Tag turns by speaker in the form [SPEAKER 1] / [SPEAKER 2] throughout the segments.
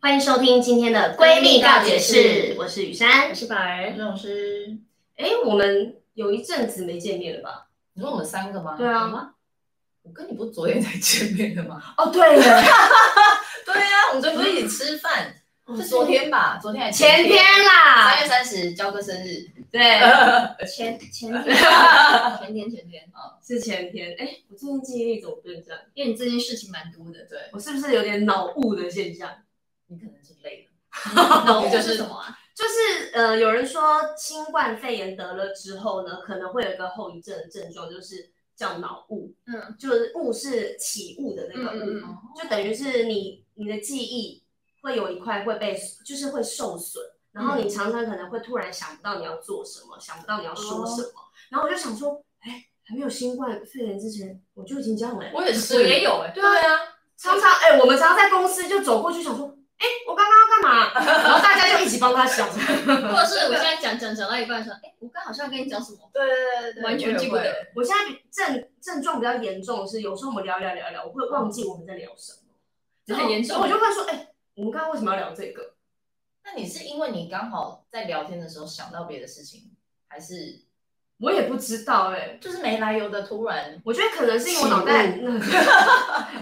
[SPEAKER 1] 欢迎收听今天的闺蜜告解室，我是雨珊，我是宝儿。
[SPEAKER 2] 老师，
[SPEAKER 1] 哎，我们有一阵子没见面了吧？
[SPEAKER 2] 你说我们三个吗？
[SPEAKER 1] 对啊
[SPEAKER 2] 有吗？我跟你不是昨天才见面的吗？
[SPEAKER 1] 哦， 对了，
[SPEAKER 2] 对啊，我们昨天不是一起吃饭？
[SPEAKER 1] 哦
[SPEAKER 3] 哦
[SPEAKER 2] 是昨天吧？昨天还
[SPEAKER 1] 前天
[SPEAKER 2] 三
[SPEAKER 1] 啦，
[SPEAKER 2] 月三十，焦哥生日。
[SPEAKER 1] 对，前 前天
[SPEAKER 2] 前天前天啊，
[SPEAKER 1] 是前天。哎，我最近记忆力怎么变这样？
[SPEAKER 3] 因为你最近事情蛮多的，
[SPEAKER 2] 对，
[SPEAKER 1] 我是不是有点脑雾的现 象？
[SPEAKER 2] 你可能是累了。
[SPEAKER 3] 脑雾
[SPEAKER 2] 就是
[SPEAKER 3] 哦是什么啊？
[SPEAKER 1] 就是呃，有人说新冠肺炎得了之后呢，可能会有一个后遗症的症状，就是叫脑雾，
[SPEAKER 3] 嗯，
[SPEAKER 1] 就是雾是起雾的那个雾，
[SPEAKER 3] 嗯嗯
[SPEAKER 1] 就等于是你你的记忆会有一块会被就是会受损，然
[SPEAKER 3] 嗯
[SPEAKER 1] 后你常常可能会突然想不到你要做什么，想不到你要说
[SPEAKER 3] 哦
[SPEAKER 1] 什么，然后我就想说，哎，还没有新冠肺炎之前，我就已经这样了、
[SPEAKER 2] 我也是，
[SPEAKER 3] 我也有哎、
[SPEAKER 1] 对啊，常常哎、我们常常在公司就走过去想说，哎，我刚刚要干嘛？ 然后大家就一起帮他想，
[SPEAKER 3] 或者是我现在讲讲讲到一半说，哎、我刚好像跟你讲什么，
[SPEAKER 2] 对对对对，
[SPEAKER 3] 完全记不
[SPEAKER 2] 我也会
[SPEAKER 3] 得。
[SPEAKER 1] 我现在比症症状比较严重的是，有时候我们聊一聊聊一聊，我会忘记我们在聊什么，
[SPEAKER 3] 这很严重
[SPEAKER 1] 然后我就会说，哎、我们刚刚为什么要聊这个？
[SPEAKER 2] 那你是因为你刚好在聊天的时候想到别的事情，还是
[SPEAKER 1] 我也不知道哎、
[SPEAKER 2] 就是没来由的突然？
[SPEAKER 1] 我觉得可能是因为我脑袋，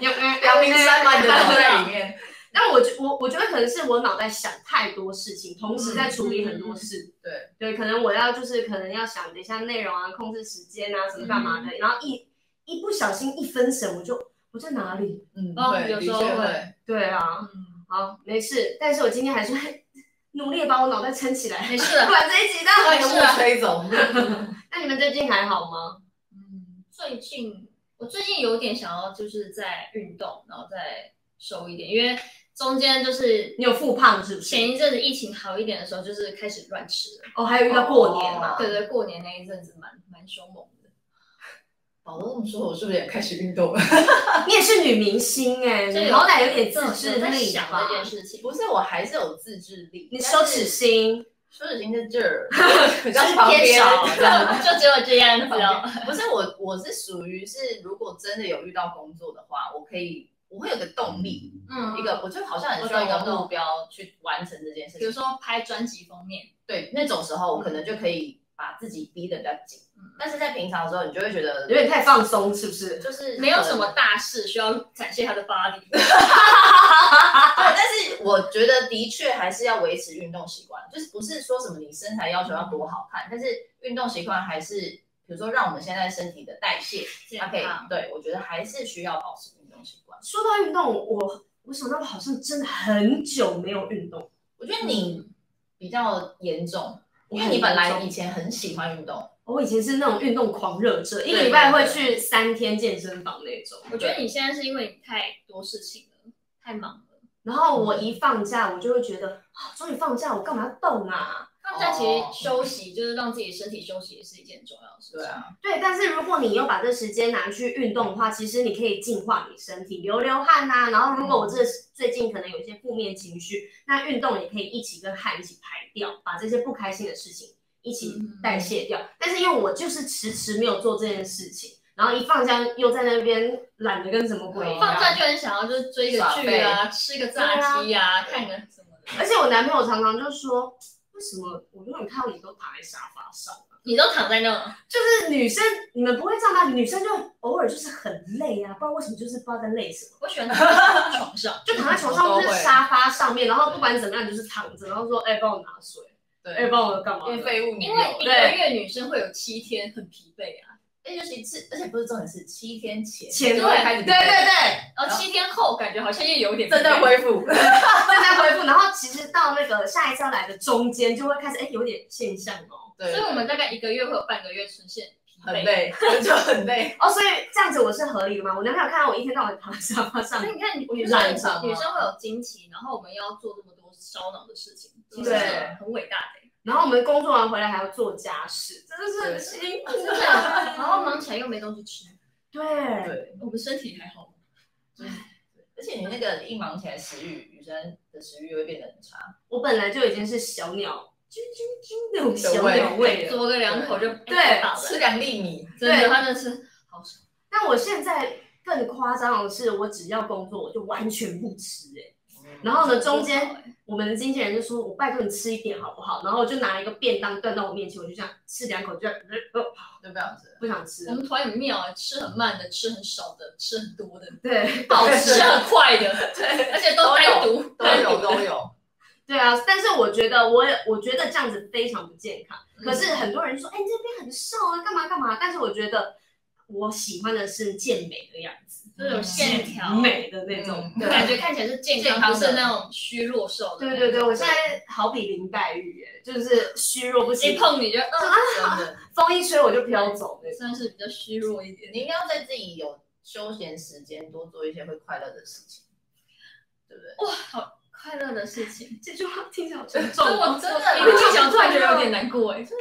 [SPEAKER 2] 阳
[SPEAKER 1] 阳
[SPEAKER 2] 明山把你的脑在里。 面。
[SPEAKER 1] 但我觉我我觉得可能是我脑袋想太多事情，同时在处理很多事。
[SPEAKER 2] 嗯嗯嗯
[SPEAKER 1] 对对，可能我要就是可能要想一下内容啊，控制时间啊，什么干嘛的，
[SPEAKER 2] 嗯
[SPEAKER 1] 然后一一不小心一分神，我就我在哪里？
[SPEAKER 2] 嗯，
[SPEAKER 3] 哦
[SPEAKER 2] 对，
[SPEAKER 3] 有
[SPEAKER 2] 的
[SPEAKER 3] 时候
[SPEAKER 2] 确
[SPEAKER 3] 会
[SPEAKER 2] 会。
[SPEAKER 1] 对啊，
[SPEAKER 2] 嗯，
[SPEAKER 1] 好没事，但是我今天还是会 努力地把我脑袋撑起来。
[SPEAKER 3] 没事
[SPEAKER 1] 不
[SPEAKER 3] 了。
[SPEAKER 1] 然这一集呢？
[SPEAKER 2] 把你的雾吹走。
[SPEAKER 1] 那你们最近还好吗？
[SPEAKER 3] 嗯，最近我最近有点想要就是在运动，然后再瘦一点，因为中间就是
[SPEAKER 1] 你有复胖是不是？
[SPEAKER 3] 前一阵子疫情好一点的时候，就是开始乱吃了。
[SPEAKER 1] 哦，还有遇到过年嘛？
[SPEAKER 2] 哦
[SPEAKER 3] 对对，过年那一阵子蛮蛮凶猛的。
[SPEAKER 2] 宝宝这么说，我是不是也开始运动了？
[SPEAKER 1] 你也是女明星哎、
[SPEAKER 3] 就
[SPEAKER 1] 你好歹有点自
[SPEAKER 3] 有
[SPEAKER 1] 制
[SPEAKER 3] 在
[SPEAKER 1] 力
[SPEAKER 3] 想
[SPEAKER 1] 吧
[SPEAKER 3] 这？件事情。
[SPEAKER 2] 不是，我还是有自制力。
[SPEAKER 1] 你羞耻，心，
[SPEAKER 2] 羞耻心在这 儿，比较
[SPEAKER 1] 就是
[SPEAKER 2] 旁边
[SPEAKER 1] 偏 少。这样
[SPEAKER 3] 就只有这样子哦。
[SPEAKER 2] 不是我，我是属于是，如果真的有遇到工作的话，我可以，我会有个动力，
[SPEAKER 3] 嗯
[SPEAKER 2] 一个我就好像很需要一个
[SPEAKER 3] 我懂我懂
[SPEAKER 2] 目标去完成这件事
[SPEAKER 3] 比如
[SPEAKER 2] 情。
[SPEAKER 3] 说拍专辑封面，
[SPEAKER 2] 对，那种时候我可能就可以把自己逼得比较紧
[SPEAKER 3] 嗯，
[SPEAKER 2] 但是在平常的时候，你就会觉得
[SPEAKER 1] 有点太放松，是不是？
[SPEAKER 2] 就是
[SPEAKER 3] 没有什么大事需要展现他的 body。
[SPEAKER 2] 对，但是我觉得的确还是要维持运动习惯，就是不是说什么你身材要求要多好看，但是运动习惯还是，比如说让我们现在身体的代谢，
[SPEAKER 3] 健
[SPEAKER 2] 它可以
[SPEAKER 3] 康，
[SPEAKER 2] 对我觉得还是需要保持运动习惯。
[SPEAKER 1] 说到运动，我我想到我好像真的很久没有运动，
[SPEAKER 2] 我觉得你比较严重，因为
[SPEAKER 1] 我很
[SPEAKER 2] 你本来
[SPEAKER 1] 严重
[SPEAKER 2] 以前很喜欢运动，
[SPEAKER 1] 我以前是那种运动狂热者，一
[SPEAKER 2] 对
[SPEAKER 1] 个礼拜会去三天健身房那种。
[SPEAKER 3] 我觉得你现在是因为你太多事情了，太忙了。
[SPEAKER 1] 然后我一放假，我就会觉得啊，终于放假，我干嘛要动啊？
[SPEAKER 3] 放假其实休息就是让自己身体休息，也是一件很重要的事情。
[SPEAKER 2] 哦对，啊，
[SPEAKER 1] 对，但是如果你又把这时间拿去运动的话，其实你可以净化你身体，流流汗呐、然后如果我
[SPEAKER 3] 嗯
[SPEAKER 1] 这最近可能有一些负面情绪，那运动也可以一起跟汗一起排掉，把这些不开心的事情一起
[SPEAKER 3] 嗯
[SPEAKER 1] 代谢掉。但是因为我就是迟迟没有做这件事情，然后一放假又在那边懒得跟什么鬼一样。
[SPEAKER 3] 哦放假就很想要就是追个剧
[SPEAKER 2] 耍
[SPEAKER 3] 啊，吃个炸鸡啊，看个什么的。
[SPEAKER 1] 而且我男朋友常常就说，为什么我永远看到你都躺在沙发上？啊
[SPEAKER 3] 你都躺在那，
[SPEAKER 1] 就是女生，你们不会这样吧？女生就偶尔就是很累啊，不知道为什么，就是不知道在累什么，
[SPEAKER 3] 我喜欢躺 在床上。
[SPEAKER 1] 就躺在床
[SPEAKER 2] 我
[SPEAKER 1] 上
[SPEAKER 2] 都
[SPEAKER 1] 或
[SPEAKER 2] 会
[SPEAKER 1] 者是沙发上面，然后不管怎么样就是躺着，然后说，哎、帮我拿水，哎、
[SPEAKER 2] 对，
[SPEAKER 1] 帮我干嘛
[SPEAKER 2] 因为
[SPEAKER 1] 的？
[SPEAKER 2] 废物女
[SPEAKER 3] 因
[SPEAKER 2] 友，
[SPEAKER 3] 为一
[SPEAKER 2] 对，
[SPEAKER 3] 个月女生会有七天很疲惫啊，
[SPEAKER 2] 而且尤其是而且不是重点是七天前
[SPEAKER 1] 钱
[SPEAKER 2] 就
[SPEAKER 1] 都
[SPEAKER 2] 会
[SPEAKER 1] 会
[SPEAKER 2] 开
[SPEAKER 1] 开
[SPEAKER 2] 始
[SPEAKER 1] 始，对对对，
[SPEAKER 3] 然后七天后感觉好像又有 点疲惫
[SPEAKER 2] 正在恢复，
[SPEAKER 1] 正在恢复，然后其实到那个下一次要来的中间就会开始，哎、有点现象哦，
[SPEAKER 2] 对，
[SPEAKER 3] 所以我们大概一个月会有半个月呈现疲
[SPEAKER 2] 很
[SPEAKER 3] 惫。
[SPEAKER 2] 累，我就很累，
[SPEAKER 1] 哦，所以这样子我是合理的吗？我男朋友看到我一天到晚躺在沙发上
[SPEAKER 3] 所，以你看，女女
[SPEAKER 2] 懒
[SPEAKER 3] 生
[SPEAKER 2] 散吗
[SPEAKER 3] 女生会有经期，然后我们要做这么多烧脑的事情，其实
[SPEAKER 1] 对
[SPEAKER 3] 是很伟大的、
[SPEAKER 1] 然后我们工作完回来还要做家事，真的是很辛苦。啊
[SPEAKER 3] 真的。然后忙起来又没东西吃，
[SPEAKER 1] 对，
[SPEAKER 2] 对。
[SPEAKER 3] 我们身体还好吗？
[SPEAKER 2] 而且你那个一忙起来，食欲，女生的食欲会变得很差。
[SPEAKER 1] 我本来就已经是小鸟，啾啾啾那种
[SPEAKER 2] 的
[SPEAKER 1] 小
[SPEAKER 2] 味
[SPEAKER 1] 鸟味了。
[SPEAKER 3] 嘬哎个两口就
[SPEAKER 1] 对
[SPEAKER 3] 饱了，
[SPEAKER 2] 吃两粒米，
[SPEAKER 3] 真
[SPEAKER 1] 对
[SPEAKER 3] 的，他真的是好爽。
[SPEAKER 1] 但我现在更夸张的是，我只要工作我就完全不吃、欸，
[SPEAKER 2] 嗯
[SPEAKER 1] 然后呢，
[SPEAKER 3] 这个
[SPEAKER 1] 中
[SPEAKER 3] 不好
[SPEAKER 1] 间
[SPEAKER 3] 欸
[SPEAKER 1] 我们的经纪人就说：“我拜托你吃一点好不好？”然后我就拿了一个便当端到我面前，我就这样吃两口，就这样呃呃
[SPEAKER 2] 就这样子。
[SPEAKER 1] 不想吃
[SPEAKER 3] 我
[SPEAKER 1] 了。
[SPEAKER 3] 们团很妙啊，吃很慢的，吃很少的，吃很多的，
[SPEAKER 1] 对，
[SPEAKER 3] 暴吃很快的，
[SPEAKER 2] 对，
[SPEAKER 3] 而且都单独
[SPEAKER 2] 都
[SPEAKER 3] 单
[SPEAKER 2] 有
[SPEAKER 3] 独
[SPEAKER 2] 都
[SPEAKER 3] 的
[SPEAKER 2] 有，
[SPEAKER 1] 对啊，但是我觉得我也我觉得这样子非常不健康。
[SPEAKER 3] 嗯
[SPEAKER 1] 可是很多人就说：“哎，你这边很瘦啊，干嘛干嘛？”但是我觉得我喜欢的是健美的样子，
[SPEAKER 3] 这种线条，
[SPEAKER 1] 美的那种。
[SPEAKER 2] 嗯
[SPEAKER 1] 对啊
[SPEAKER 3] 感觉看起来是嗯健
[SPEAKER 2] 健
[SPEAKER 3] 康，
[SPEAKER 2] 康
[SPEAKER 3] 不
[SPEAKER 2] 的
[SPEAKER 3] 是那种虚弱瘦的那
[SPEAKER 1] 对
[SPEAKER 3] 种。
[SPEAKER 1] 对对，我现在好比林黛玉耶，就是虚弱不行，
[SPEAKER 3] 一碰你就嗯，
[SPEAKER 2] 真的。
[SPEAKER 1] 风一吹我就飘走那种。
[SPEAKER 3] 算是比较虚弱一点。
[SPEAKER 2] 你应该要在自己有休闲时间多做一些会快乐的事情，对不对？
[SPEAKER 3] 哇，好快乐的事情，
[SPEAKER 1] 这句话听起来好沉重
[SPEAKER 3] 所以
[SPEAKER 1] 哦。
[SPEAKER 3] 我真
[SPEAKER 2] 真
[SPEAKER 3] 的，
[SPEAKER 2] 的
[SPEAKER 3] 因为你讲突然觉得有点难过哎。
[SPEAKER 1] 就是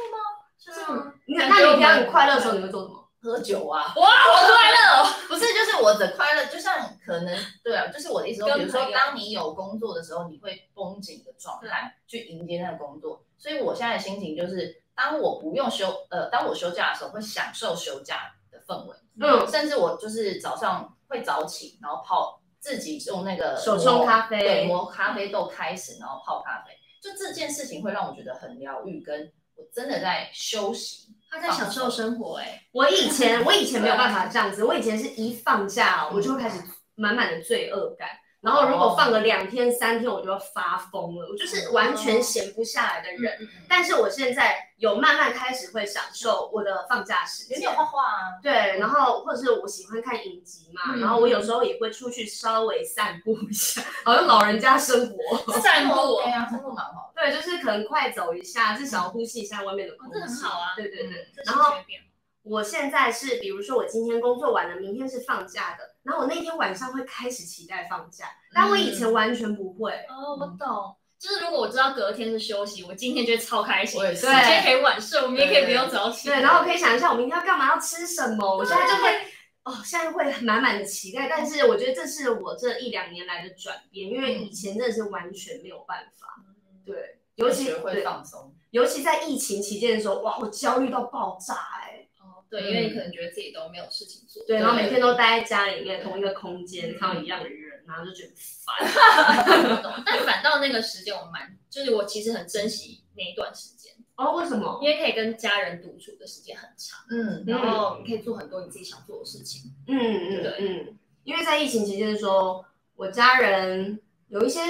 [SPEAKER 1] 你那你平常很快乐的时候，你会做什么？
[SPEAKER 2] 喝酒啊，
[SPEAKER 3] 哇，好快乐哦！
[SPEAKER 2] 不是，就是我的快乐，就像可能对啊，就是我的意思说，
[SPEAKER 3] 跟
[SPEAKER 2] 比如说
[SPEAKER 3] 朋友嗯
[SPEAKER 2] 当你有工作的时候，你会绷紧的状态去迎接那个工作。所以我现在的心情就是，当我不用休，呃，当我休假的时候，会享受休假的氛围。
[SPEAKER 1] 嗯
[SPEAKER 2] 甚至我就是早上会早起，然后泡自己用那个
[SPEAKER 1] 手冲
[SPEAKER 2] 磨
[SPEAKER 1] 咖啡
[SPEAKER 2] 对，磨咖啡豆开始，然后泡咖啡。就这件事情会让我觉得很疗愈，跟我真的在休息。
[SPEAKER 3] 他在享受生活哎，
[SPEAKER 1] 我以前我以前没有办法这样子，我以前是一放假我就会开始满满的罪恶感，然后如果放个两天三天，我就要发疯了，我就是完全闲不下来的人。
[SPEAKER 3] 哦嗯嗯
[SPEAKER 1] 但是我现在有慢慢开始会享受我的放假时
[SPEAKER 2] 有
[SPEAKER 1] 间
[SPEAKER 2] 点。画画啊，
[SPEAKER 1] 对，然后或者是我喜欢看影集嘛，
[SPEAKER 3] 嗯
[SPEAKER 1] 然后我有时候也会出去稍微散步一下， 好像老人家生活。
[SPEAKER 3] 散步
[SPEAKER 2] 对
[SPEAKER 3] 哦，
[SPEAKER 2] 啊，真的蛮好
[SPEAKER 1] 对，就是可能快走一下，至少呼吸一下外面的空
[SPEAKER 3] 哦
[SPEAKER 1] 气。
[SPEAKER 3] 这很好啊
[SPEAKER 1] 对对对。
[SPEAKER 3] 这是
[SPEAKER 1] 然后
[SPEAKER 3] 随便
[SPEAKER 1] 我现在是，比如说我今天工作完了，明天是放假的，然后我那天晚上会开始期待放假，但我以
[SPEAKER 2] 嗯
[SPEAKER 1] 前完全不会。
[SPEAKER 3] 哦，我
[SPEAKER 1] 嗯
[SPEAKER 3] 懂。就是如果我知道隔天是休息，我今天就会超开心。
[SPEAKER 2] 我也是
[SPEAKER 3] 今天可以晚睡，我明天可以不用早起。
[SPEAKER 1] 对，然后我可以想一下我明天要干嘛，要吃什么，我现在就会。哦，现在会满满的期待，但是我觉得这是我这一两年来的转变，因为
[SPEAKER 2] 嗯
[SPEAKER 1] 以前真的是完全没有办法。对，尤
[SPEAKER 2] 玩，
[SPEAKER 1] 其
[SPEAKER 2] 学会
[SPEAKER 1] 对
[SPEAKER 2] 放松。
[SPEAKER 1] 尤其在疫情期间的时候，哇，我焦虑到爆炸哎、
[SPEAKER 3] 哦，对，因为你可能觉得自己都没有事情做。
[SPEAKER 1] 对，
[SPEAKER 2] 对
[SPEAKER 1] 然后每天都待在家里面同一个空间，看到一样的人，然后就觉得烦。
[SPEAKER 3] 懂但反倒那个时间，我蛮就是我其实很珍惜那一段时间，
[SPEAKER 1] 哦，为什么？
[SPEAKER 3] 因为可以跟家人独处的时间很长，
[SPEAKER 1] 嗯
[SPEAKER 2] 嗯，
[SPEAKER 3] 然后你可以做很多你自己想做的事情。
[SPEAKER 1] 嗯嗯
[SPEAKER 3] 对
[SPEAKER 1] 嗯，因为在疫情期间的时候，我家人有一些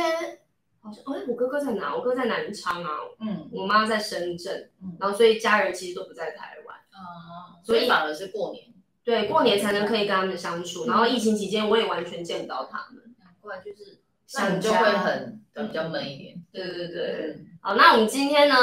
[SPEAKER 1] 好像，哎，我哥哥在哪？我哥在南昌啊，
[SPEAKER 2] 嗯，
[SPEAKER 1] 我妈在深圳
[SPEAKER 2] 嗯，
[SPEAKER 1] 然后所以家人其实都不在台湾。
[SPEAKER 3] 啊、
[SPEAKER 2] 所
[SPEAKER 1] 所以
[SPEAKER 2] 以反而是过年，
[SPEAKER 1] 对，过年才能可以跟他们相处，然后疫情期间我也完全见不到他们。
[SPEAKER 3] 难怪就是
[SPEAKER 2] 那你就
[SPEAKER 1] 想
[SPEAKER 2] 会
[SPEAKER 1] 家
[SPEAKER 2] 很对比较闷一点。
[SPEAKER 1] 对对对，
[SPEAKER 2] 嗯，
[SPEAKER 1] 好，那我们今天呢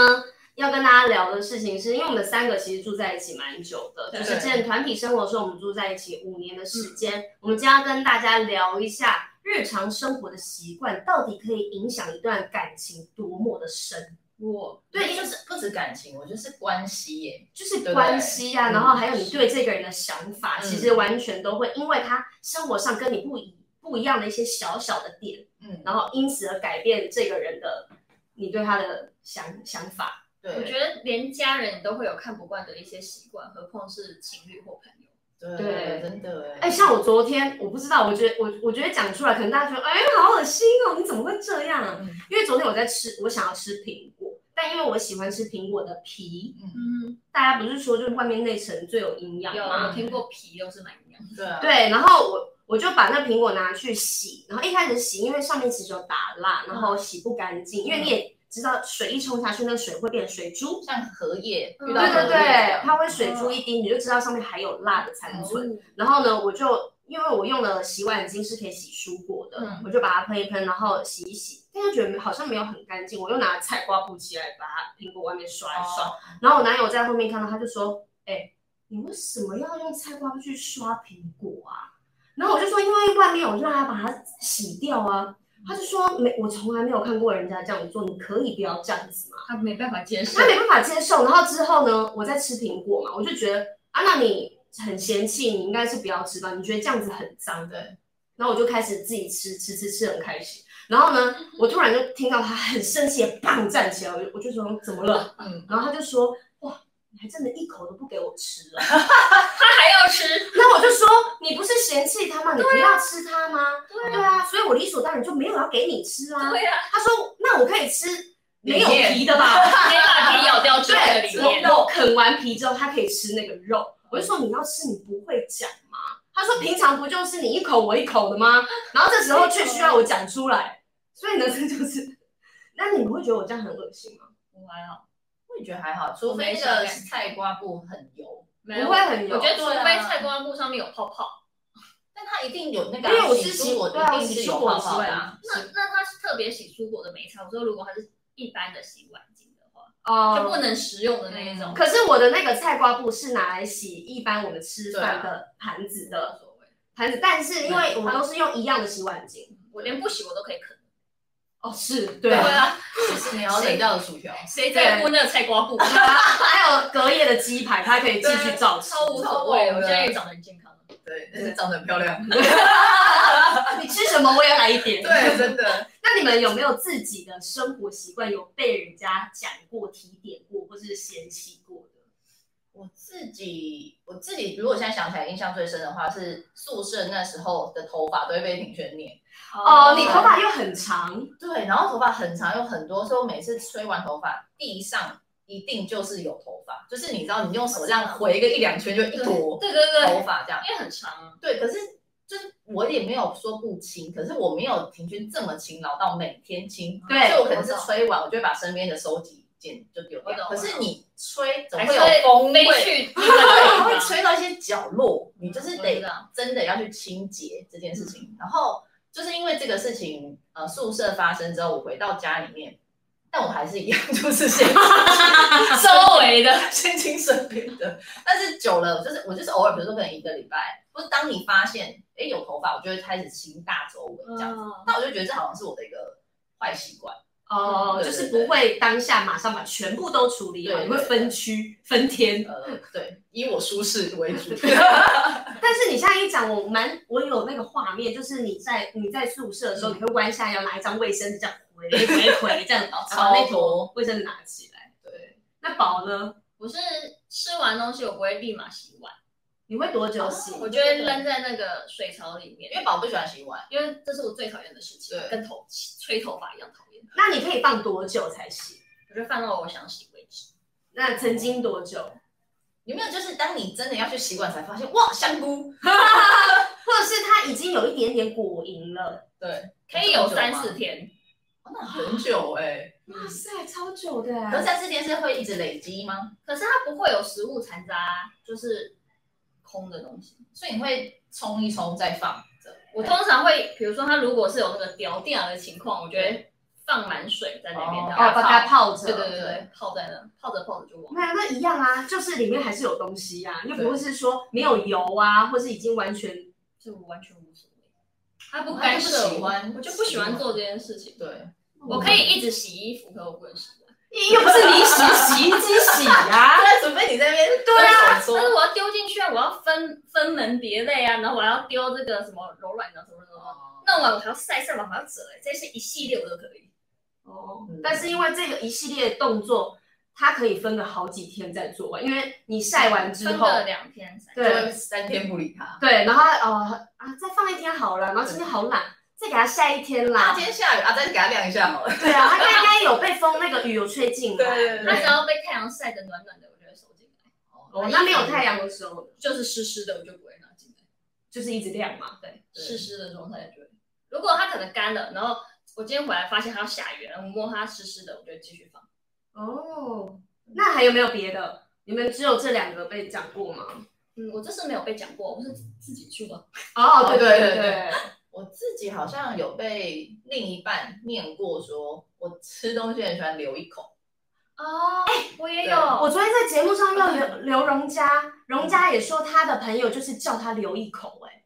[SPEAKER 1] 要跟大家聊的事情是，因为我们三个其实住在一起蛮久的，
[SPEAKER 3] 对
[SPEAKER 1] 就是之前团体生活的时候，我们住在一起五年的时间，我们今天要跟大家聊一下日常生活的习惯到底可以影响一段感情多么的深，
[SPEAKER 3] 我
[SPEAKER 1] 对
[SPEAKER 2] 就是不止感情，我觉得是关系耶。
[SPEAKER 1] 就是
[SPEAKER 2] 对
[SPEAKER 1] 关系啊，
[SPEAKER 2] 嗯
[SPEAKER 1] 然后还有你对这个人的想法，
[SPEAKER 2] 嗯
[SPEAKER 1] 其实完全都会因为他生活上跟你不一不一样的一些小小的点，
[SPEAKER 2] 嗯，
[SPEAKER 1] 然后因此而改变这个人的你对他的想想法。
[SPEAKER 3] 我
[SPEAKER 2] 对
[SPEAKER 3] 觉得连家人都会有看不惯的一些习惯，何况是情侣或朋
[SPEAKER 1] 对
[SPEAKER 3] 友。
[SPEAKER 2] 对，真的
[SPEAKER 1] 哎、像我昨天，我不知道，我觉得我我觉得讲出来，可能大家觉得，哎、好恶心哦，你怎么会这样啊？
[SPEAKER 2] 嗯
[SPEAKER 1] 因为昨天我在吃，我想要吃苹果，但因为我喜欢吃苹果的皮，
[SPEAKER 3] 嗯，
[SPEAKER 1] 大家不是说就是外面内层最有营养
[SPEAKER 3] 有
[SPEAKER 1] 吗
[SPEAKER 3] 我？听过皮都是蛮一样的。
[SPEAKER 2] 对啊，
[SPEAKER 1] 对，然后我我就把那苹果拿去洗，然后一开始洗，因为上面其实有打蜡，然后洗不干净，因为你也知道水一冲下去，那水会变水珠。
[SPEAKER 2] 像荷叶，
[SPEAKER 3] 嗯
[SPEAKER 2] 遇到
[SPEAKER 1] 对
[SPEAKER 2] 荷
[SPEAKER 1] 对嗯
[SPEAKER 2] 叶
[SPEAKER 1] 对，
[SPEAKER 2] 这样
[SPEAKER 1] 它会水珠一滴，你就知道上面还有蜡的残存。
[SPEAKER 3] 嗯
[SPEAKER 1] 然后呢，我就因为我用了洗碗巾是可以洗蔬果的，
[SPEAKER 3] 嗯
[SPEAKER 1] 我就把它喷一喷，然后洗一洗，但是觉得好像没有很干净，我又拿菜瓜布起来把它苹果外面刷一刷。
[SPEAKER 2] 哦
[SPEAKER 1] 然后我男友在后面看到，他就说：“哎、你为什么要用菜瓜布去刷苹果啊？”然后我就说：“因为外面我就让他把它洗掉啊。”他就说：“没，我从来没有看过人家这样做，你可以不要这样子吗？”
[SPEAKER 3] 他没办法接受
[SPEAKER 1] 他。没办法接受。然后之后呢，我在吃苹果嘛，我就觉得啊，那你很嫌弃，你应该是不要吃吧？你觉得这样子很脏。
[SPEAKER 2] 对，
[SPEAKER 1] 然后我就开始自己吃，吃吃吃，很开心。然后呢，我突然就听到他很生气，砰站起来，我就我就说怎么了？
[SPEAKER 2] 嗯，
[SPEAKER 1] 然后他就说哇，你还真的一口都不给我吃哦。
[SPEAKER 3] 他还要吃，啊
[SPEAKER 1] 那我就说，你不是嫌弃它吗？你不要吃它吗？
[SPEAKER 3] 对
[SPEAKER 1] 对啊，所以我理所当然就没有要给你吃啊。
[SPEAKER 3] 对呀，
[SPEAKER 1] 他说，那我可以吃没有
[SPEAKER 2] 里面
[SPEAKER 1] 皮的吧？
[SPEAKER 3] 没把皮咬掉之后的
[SPEAKER 1] 对，
[SPEAKER 3] 里面，
[SPEAKER 1] 我我啃完皮之后，他可以吃那个肉。我就说你要吃，你不会讲吗？他说平常不就是你一口我一口的吗？然后这时候却需要我讲出来，所以呢，这就是。那你们会觉得我这样很恶心吗？
[SPEAKER 3] 我还好，
[SPEAKER 2] 我也觉得还好，除
[SPEAKER 3] 我没
[SPEAKER 2] 非
[SPEAKER 3] 啥
[SPEAKER 2] 这
[SPEAKER 3] 感觉
[SPEAKER 2] 菜瓜布很油，
[SPEAKER 1] 不
[SPEAKER 3] 没有，
[SPEAKER 1] 会很油。
[SPEAKER 3] 我觉得除
[SPEAKER 2] 对啊
[SPEAKER 3] 非菜瓜布上面有泡泡，
[SPEAKER 2] 但它一定有那个
[SPEAKER 1] 因
[SPEAKER 2] 啊，
[SPEAKER 1] 为我是
[SPEAKER 2] 洗
[SPEAKER 1] 洗
[SPEAKER 2] 蔬果
[SPEAKER 1] 对啊
[SPEAKER 2] 一
[SPEAKER 1] 我
[SPEAKER 2] 定
[SPEAKER 1] 洗
[SPEAKER 2] 是
[SPEAKER 1] 蔬
[SPEAKER 2] 有
[SPEAKER 1] 果
[SPEAKER 2] 泡
[SPEAKER 1] 之
[SPEAKER 2] 泡
[SPEAKER 1] 外
[SPEAKER 2] 的
[SPEAKER 1] 啊
[SPEAKER 2] 啊，
[SPEAKER 3] 那那它是特别洗蔬果的没差。我说如果它是一般的洗碗巾的话，
[SPEAKER 1] 哦
[SPEAKER 3] 就不能食用的那一种，
[SPEAKER 1] 可是我的那个菜瓜布是拿来洗一般我们吃饭的盘子
[SPEAKER 3] 无
[SPEAKER 1] 的
[SPEAKER 3] 所谓。
[SPEAKER 1] 盘子，但是因为我们都是用一样的洗碗巾。
[SPEAKER 3] 我连不洗我都可以啃。
[SPEAKER 1] 哦，是对
[SPEAKER 2] 对
[SPEAKER 1] 啊，
[SPEAKER 3] 啊，
[SPEAKER 2] 其实你要冷掉的薯条，
[SPEAKER 3] 谁在乎那个菜瓜布？
[SPEAKER 1] 还有隔夜的鸡排，它可以继续照吃。
[SPEAKER 3] 超无所谓，啊哦我现在也长得很健康。
[SPEAKER 2] 对，但是长得很漂亮，
[SPEAKER 1] 你吃什么我也来一 点。
[SPEAKER 2] 对，真的，
[SPEAKER 1] 那你们有没有自己的生活习惯有被人家讲过、提点过，或是嫌弃过的？
[SPEAKER 2] 我自己我自己如果现在想起来印象最深的话，是宿舍那时候的头发都会被庭轩念，
[SPEAKER 3] 啊
[SPEAKER 1] 哦，你头发又很长，
[SPEAKER 2] 对，然后头发很长有很多，所以我每次吹完头发，地上一定就是有头发，就是你知道你用手这样回个一两圈就一坨
[SPEAKER 3] 对对对，
[SPEAKER 2] 头发这样，
[SPEAKER 3] 因为很长啊，
[SPEAKER 2] 对，可是就是我也没有说不清，可是我没有平均这么勤劳到每天清，
[SPEAKER 1] 对
[SPEAKER 2] 所以我可能是吹完，我就会把身边的收集剪就丢
[SPEAKER 3] 我
[SPEAKER 2] 掉。
[SPEAKER 3] 懂
[SPEAKER 2] 可是你吹总
[SPEAKER 3] 还
[SPEAKER 2] 会
[SPEAKER 3] 是
[SPEAKER 2] 有风
[SPEAKER 3] 飞
[SPEAKER 2] 味，
[SPEAKER 3] 去另
[SPEAKER 2] 对，
[SPEAKER 3] 外
[SPEAKER 2] 会
[SPEAKER 3] 一
[SPEAKER 2] 吹到一些角落，你就是
[SPEAKER 3] 我知
[SPEAKER 2] 得
[SPEAKER 3] 道嗯
[SPEAKER 2] 真的要去清洁这件事情。然后就是因为这个事情，呃，宿舍发生之后，我回到家里面，但我还是一样，就是 先
[SPEAKER 3] 周围的，
[SPEAKER 2] 先清身边的，但是久了，就是我就是偶尔，比如说可能一个礼拜，或者当你发现哎有头发，我就会开始清大周围这样子。
[SPEAKER 3] 哦
[SPEAKER 2] 那我就觉得这好像是我的一个坏习惯，
[SPEAKER 1] 哦，
[SPEAKER 2] 嗯
[SPEAKER 1] 就
[SPEAKER 2] 对
[SPEAKER 1] 是
[SPEAKER 2] 对
[SPEAKER 1] 不会当下马上把全部都处理好，
[SPEAKER 2] 对
[SPEAKER 1] 你会分区分 天。
[SPEAKER 2] 呃，对，以我舒适为主。
[SPEAKER 1] 但是你现在一讲，我蛮我有那个画面，就是你在你在宿舍的时候，你会弯下腰拿一张卫生纸这样 回回回这样，然后把那
[SPEAKER 2] 超多
[SPEAKER 1] 坨卫生纸拿起来。
[SPEAKER 2] 对，
[SPEAKER 1] 那宝呢？
[SPEAKER 3] 我是吃完东西我不会立马洗碗，
[SPEAKER 1] 你会多久
[SPEAKER 2] 哦
[SPEAKER 1] 洗？
[SPEAKER 3] 我就会扔在那个水槽里面，
[SPEAKER 2] 因为宝不喜欢洗碗，
[SPEAKER 3] 因为这是我最讨厌的事情，
[SPEAKER 2] 对
[SPEAKER 3] 跟头吹头发一样讨厌。
[SPEAKER 1] 那你可以放多久才洗？
[SPEAKER 3] 我就放到我想洗为止。
[SPEAKER 1] 那曾经多久？
[SPEAKER 2] 有没有？就是当你真的要去洗碗，才发现哇，香菇。
[SPEAKER 1] 或者是它已经有一点点果蝇了？
[SPEAKER 2] 对，
[SPEAKER 3] 可以有三四天，
[SPEAKER 2] 哦，那很久哎、
[SPEAKER 1] 哇塞，超久的
[SPEAKER 2] 可是
[SPEAKER 1] 欸！
[SPEAKER 2] 三四天是会一直累积吗？
[SPEAKER 3] 可是它不会有食物残渣啊，就是空的东西。
[SPEAKER 2] 所以你会冲一冲再放着。
[SPEAKER 3] 我通常会，比如说它如果是有那个掉掉的情况，我觉得放满水在那边，
[SPEAKER 2] 哦
[SPEAKER 3] 然
[SPEAKER 1] 哦，
[SPEAKER 3] 后
[SPEAKER 1] 把它泡着。
[SPEAKER 3] 对对对对，泡在那，泡着泡着就忘了。
[SPEAKER 1] 没有，那一样啊，就是里面还是有东西啊，又不会是说没有油啊，或是已经完全
[SPEAKER 3] 这我完全无所谓，它不
[SPEAKER 2] 我
[SPEAKER 3] 干
[SPEAKER 2] 就不
[SPEAKER 3] 涉
[SPEAKER 2] 喜
[SPEAKER 3] 我，
[SPEAKER 2] 欢啊
[SPEAKER 3] 我就不喜欢做这件事情。
[SPEAKER 2] 对，
[SPEAKER 3] 我可以一直洗衣服，可我不能洗碗。
[SPEAKER 1] 又不是你洗，洗衣机洗啊
[SPEAKER 2] 啊，。除非你在那边
[SPEAKER 1] 对
[SPEAKER 2] 啊，
[SPEAKER 3] 但是我要丢进去啊，我要分分门别类啊，然后我还要丢这个什么柔软的什么什么，
[SPEAKER 2] 哦
[SPEAKER 3] 弄完我还要晒晒完还要折、欸，这些一系列我都可以。
[SPEAKER 1] 哦，但是因为这个一系列动作，它可以分个好几天再做完，因为你晒完之
[SPEAKER 3] 分
[SPEAKER 1] 后，
[SPEAKER 3] 个两天三天。
[SPEAKER 2] 就
[SPEAKER 1] 对
[SPEAKER 2] 会三天不理他。
[SPEAKER 1] 对，然后呃啊再放一天好了，然后今天好懒，再给它晒一嗯天啦
[SPEAKER 2] 啊，今。天下雨啊，再给他晾一下好了。
[SPEAKER 1] 对啊，它应该有被风那个雨有吹进来。
[SPEAKER 2] 对对对
[SPEAKER 3] 它只要被太阳晒得暖暖的，我就会收进来；
[SPEAKER 1] 哦，那没有太阳的时候，
[SPEAKER 3] 就是湿湿的，我就不会拿进来。
[SPEAKER 1] 就是一直晾嘛。
[SPEAKER 3] 对，
[SPEAKER 2] 对
[SPEAKER 3] 湿湿的状态就会。如果它可能干了，然后我今天回来发现它要下雨了，我摸它湿湿的，我就继续放。
[SPEAKER 1] 哦，那还有没有别的？你们只有这两个被讲过吗？
[SPEAKER 3] 嗯，我这是没有被讲过，我是自己住的。
[SPEAKER 1] 哦，对
[SPEAKER 2] 对
[SPEAKER 1] 对
[SPEAKER 2] 对
[SPEAKER 1] 对，
[SPEAKER 2] 我自己好像有被另一半念过说，我吃东西很喜欢留一口。
[SPEAKER 3] 哦，哎，我也
[SPEAKER 2] 有
[SPEAKER 3] 有，
[SPEAKER 1] 我昨天在节目上要刘刘荣佳，荣佳也说她的朋友就是叫她留一口、哎，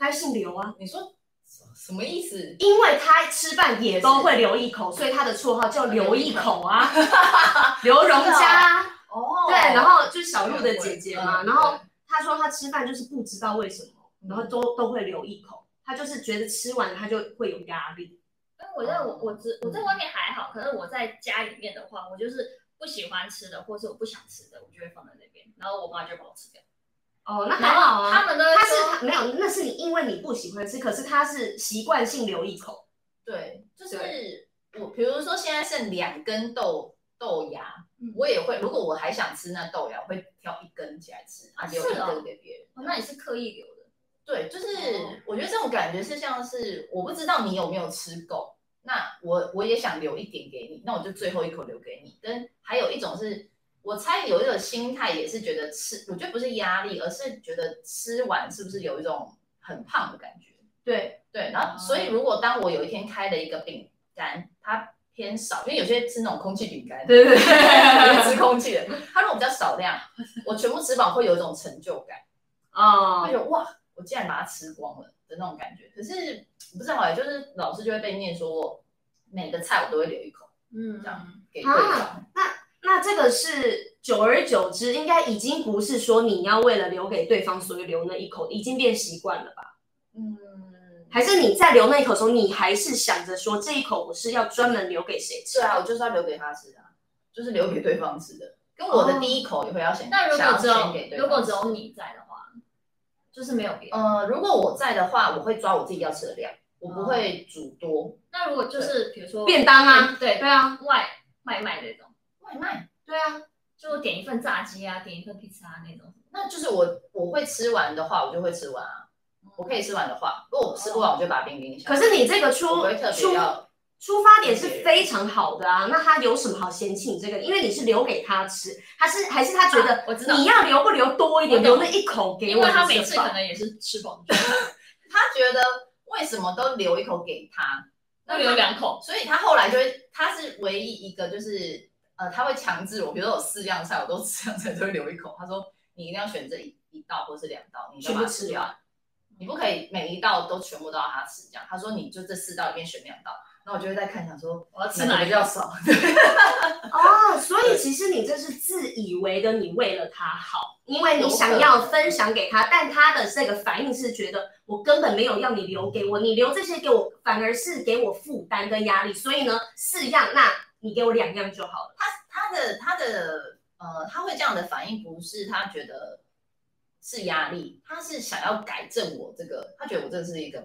[SPEAKER 1] 她姓刘啊，
[SPEAKER 2] 你说什什么意思？
[SPEAKER 1] 因为她吃饭也都会留一口，所以她的绰号叫留一口 啊，刘荣佳，
[SPEAKER 2] 哦
[SPEAKER 1] 对，然后就是小鹿的姐姐嘛，
[SPEAKER 2] 嗯
[SPEAKER 1] 然后她说她吃饭就是不知道为什么，然后都都会留一口，她就是觉得吃完她就会有压力，嗯
[SPEAKER 3] 因为我在我我只我在外面还好，可是我在家里面的话，我就是不喜欢吃的，或是我不想吃的，我就会放在那边，然后我妈就把我吃掉。
[SPEAKER 1] 哦，那
[SPEAKER 3] 然
[SPEAKER 1] 还好
[SPEAKER 3] 后
[SPEAKER 1] 啊。
[SPEAKER 3] 他们都会
[SPEAKER 1] 他
[SPEAKER 3] 说，
[SPEAKER 1] 是没有，那是你因为你不喜欢吃，可是他是习惯性留一口。
[SPEAKER 2] 对，就是我，比如说现在剩两根豆豆芽
[SPEAKER 3] 嗯，
[SPEAKER 2] 我也会，如果我还想吃那豆芽，我会挑一根起来吃，啊，
[SPEAKER 3] 啊
[SPEAKER 2] 留
[SPEAKER 3] 是
[SPEAKER 2] 一
[SPEAKER 3] 哦
[SPEAKER 2] 根给别人。
[SPEAKER 3] 哦那你是刻意留的，
[SPEAKER 2] 对，就是
[SPEAKER 3] 哦
[SPEAKER 2] 我觉得这种感觉是像是我不知道你有没有吃够，那我我也想留一点给你，那我就最后一口留给你。跟还有一种是我猜有一种心态也是觉得吃，我觉得不是压力，而是觉得吃完是不是有一种很胖的感觉？
[SPEAKER 1] 对，
[SPEAKER 2] 对，然后所以如果当我有一天开了一个饼干，它偏少，因为有些吃那种空气饼干，
[SPEAKER 1] 对对
[SPEAKER 2] 有些
[SPEAKER 1] 对。
[SPEAKER 2] 吃空气的，它如果比较少量，我全部吃饱会有一种成就感。
[SPEAKER 1] 哦
[SPEAKER 2] 会，觉得哇，我竟然把它吃光了的那种感觉。可是不是好像就是老师就会被念说我每个菜我都会留一口
[SPEAKER 3] 嗯
[SPEAKER 2] 这样给对
[SPEAKER 1] 啊
[SPEAKER 2] 方。
[SPEAKER 1] 那这个是久而久之，应该已经不是说你要为了留给对方，所以留那一口，已经变习惯了吧？
[SPEAKER 2] 嗯，
[SPEAKER 1] 还是你在留那一口的时候，你还是想着说这一口我是要专门留给谁吃？
[SPEAKER 2] 对啊，我就是要留给他吃啊，就是留给对方吃的。跟我
[SPEAKER 1] 哦
[SPEAKER 2] 的第一口也会要先，
[SPEAKER 3] 那如
[SPEAKER 2] 想要
[SPEAKER 3] 果只
[SPEAKER 2] 先给对
[SPEAKER 3] 有如果
[SPEAKER 2] 方
[SPEAKER 3] 只有
[SPEAKER 2] 吃，
[SPEAKER 3] 你在的话，就是没有
[SPEAKER 1] 哦
[SPEAKER 3] 别人。
[SPEAKER 2] 呃，如果我在的话，我会抓我自己要吃的量，我不会煮多。
[SPEAKER 3] 那如果就是比如说
[SPEAKER 1] 便当啊，
[SPEAKER 3] 对
[SPEAKER 1] 对啊，
[SPEAKER 3] 外外卖那种，
[SPEAKER 2] 外卖，
[SPEAKER 1] 对啊，
[SPEAKER 3] 就点一份炸鸡啊，点一份披萨啊那种。
[SPEAKER 2] 那就是我我会吃完的话，我就会吃完啊。我可以吃完的话，如果我吃不完，我就把它冰冰箱。
[SPEAKER 1] 可是你这个
[SPEAKER 2] 我不
[SPEAKER 1] 出
[SPEAKER 2] 会特别
[SPEAKER 1] 出
[SPEAKER 2] 要
[SPEAKER 1] 出发点是非常好的啊，那他有什么好嫌弃你这个？因为你是留给他吃，还是还是他觉得
[SPEAKER 3] 啊我知道
[SPEAKER 1] 你要留不留多一点，
[SPEAKER 3] 我懂
[SPEAKER 1] 留那一口给
[SPEAKER 3] 因
[SPEAKER 1] 我
[SPEAKER 3] 为
[SPEAKER 1] 吃吧，
[SPEAKER 3] 他每次可能也是吃饱，
[SPEAKER 2] 他觉得为什么都留一口给他，
[SPEAKER 3] 那留两口，
[SPEAKER 2] 所以他后来就会，他是唯一一个就是呃，他会强制我，比如说有四样菜，我都四样菜都会留一口。他说你一定要选这一一道或是两道，你都把它
[SPEAKER 1] 全
[SPEAKER 2] 吃
[SPEAKER 1] 部吃
[SPEAKER 2] 掉
[SPEAKER 1] 完，
[SPEAKER 2] 你不可以每一道都全部都让他吃这样。他说你就这四道里面选两道，然后我就会在看想说
[SPEAKER 3] 我要吃
[SPEAKER 2] 哪
[SPEAKER 3] 哪
[SPEAKER 2] 个
[SPEAKER 3] 一
[SPEAKER 2] 比
[SPEAKER 3] 个？
[SPEAKER 2] 较少。
[SPEAKER 1] 哦，所以其实你这是自以为的，你为了他好，因为你想要分享给他，但他的这个反应是觉得我根本没有要你留给我，你留这些给我，反而是给我负担跟压力。所以呢，四样，那你给我两样就好了。
[SPEAKER 2] 他的他的呃，他会这样的反应，不是他觉得是压力，他是想要改正我这个，他觉得我这是一个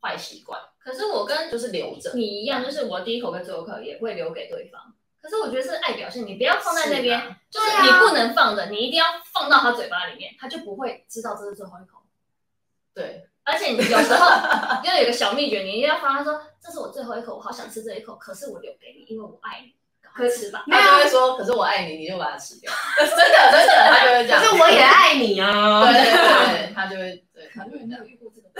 [SPEAKER 2] 坏习惯。
[SPEAKER 3] 可是我跟
[SPEAKER 2] 就是留着。
[SPEAKER 3] 你一样，就是我第一口跟最后一口也会留给对方。可是我觉得是爱表现，你不要放在那边，
[SPEAKER 2] 是啊
[SPEAKER 3] 就是
[SPEAKER 1] 对啊
[SPEAKER 3] 你不能放着，你一定要放到他嘴巴里面，他就不会知道这是最后一口。
[SPEAKER 2] 对，
[SPEAKER 3] 而且你有时候就有一个小秘诀，你一定要放他说这是我最后一口，我好想吃这一口，可是我留给你，因为我爱你，赶快吃吧。
[SPEAKER 1] 没有啊
[SPEAKER 2] 他就会说，可是我爱你，你就把它吃掉。 真的，真的，他就会这
[SPEAKER 1] 可
[SPEAKER 2] 样。
[SPEAKER 1] 是我也爱你啊。
[SPEAKER 2] 对对对 对，他就会对，他就会这
[SPEAKER 3] 没
[SPEAKER 2] 样。
[SPEAKER 3] 有遇过这种，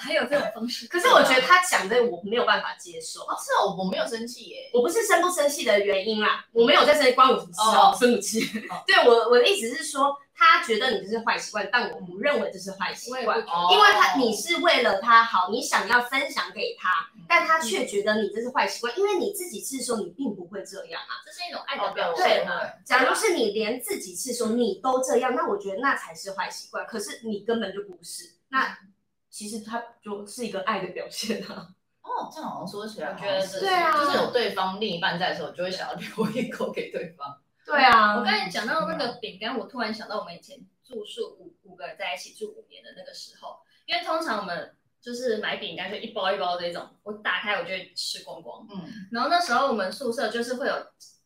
[SPEAKER 3] 还有这种方式。
[SPEAKER 1] 可是我觉得他讲的我没有办法接受，
[SPEAKER 2] 哦，是哦，我没有生气耶。
[SPEAKER 1] 我不是生不生气的原因啦，我没有在生气，关我什么事啊？
[SPEAKER 2] 哦
[SPEAKER 1] 生不气
[SPEAKER 2] 哦？
[SPEAKER 1] 对我我的意思是说，他觉得你这是坏习惯，但我不认为这是坏习
[SPEAKER 3] 我也
[SPEAKER 1] 惯
[SPEAKER 3] 不。
[SPEAKER 2] 哦
[SPEAKER 1] 因为他你是为了他好，你想要分享给他，但他却觉得你这是坏习惯，因为你自己吃的时候你并不会这样啊。
[SPEAKER 3] 这是一种爱的
[SPEAKER 2] 哦
[SPEAKER 3] 表
[SPEAKER 2] 对
[SPEAKER 3] 现啊。
[SPEAKER 1] 假如是你连自己吃的时候你都这样，那我觉得那才是坏习惯。可是你根本就不是，那其实他就是一个爱的表现啊。
[SPEAKER 2] 哦，这样好像说起来，
[SPEAKER 3] 我觉得是
[SPEAKER 1] 对啊
[SPEAKER 2] 就是有对方另一半在的时候，就会想要留一口给对方。
[SPEAKER 1] 对啊，
[SPEAKER 3] 我刚才讲到那个饼干，我突然想到我们以前住宿五五个人在一起住五年的那个时候，因为通常我们就是买饼干就一包一包这种，我打开我就会吃光光。
[SPEAKER 2] 嗯，
[SPEAKER 3] 然后那时候我们宿舍就是会有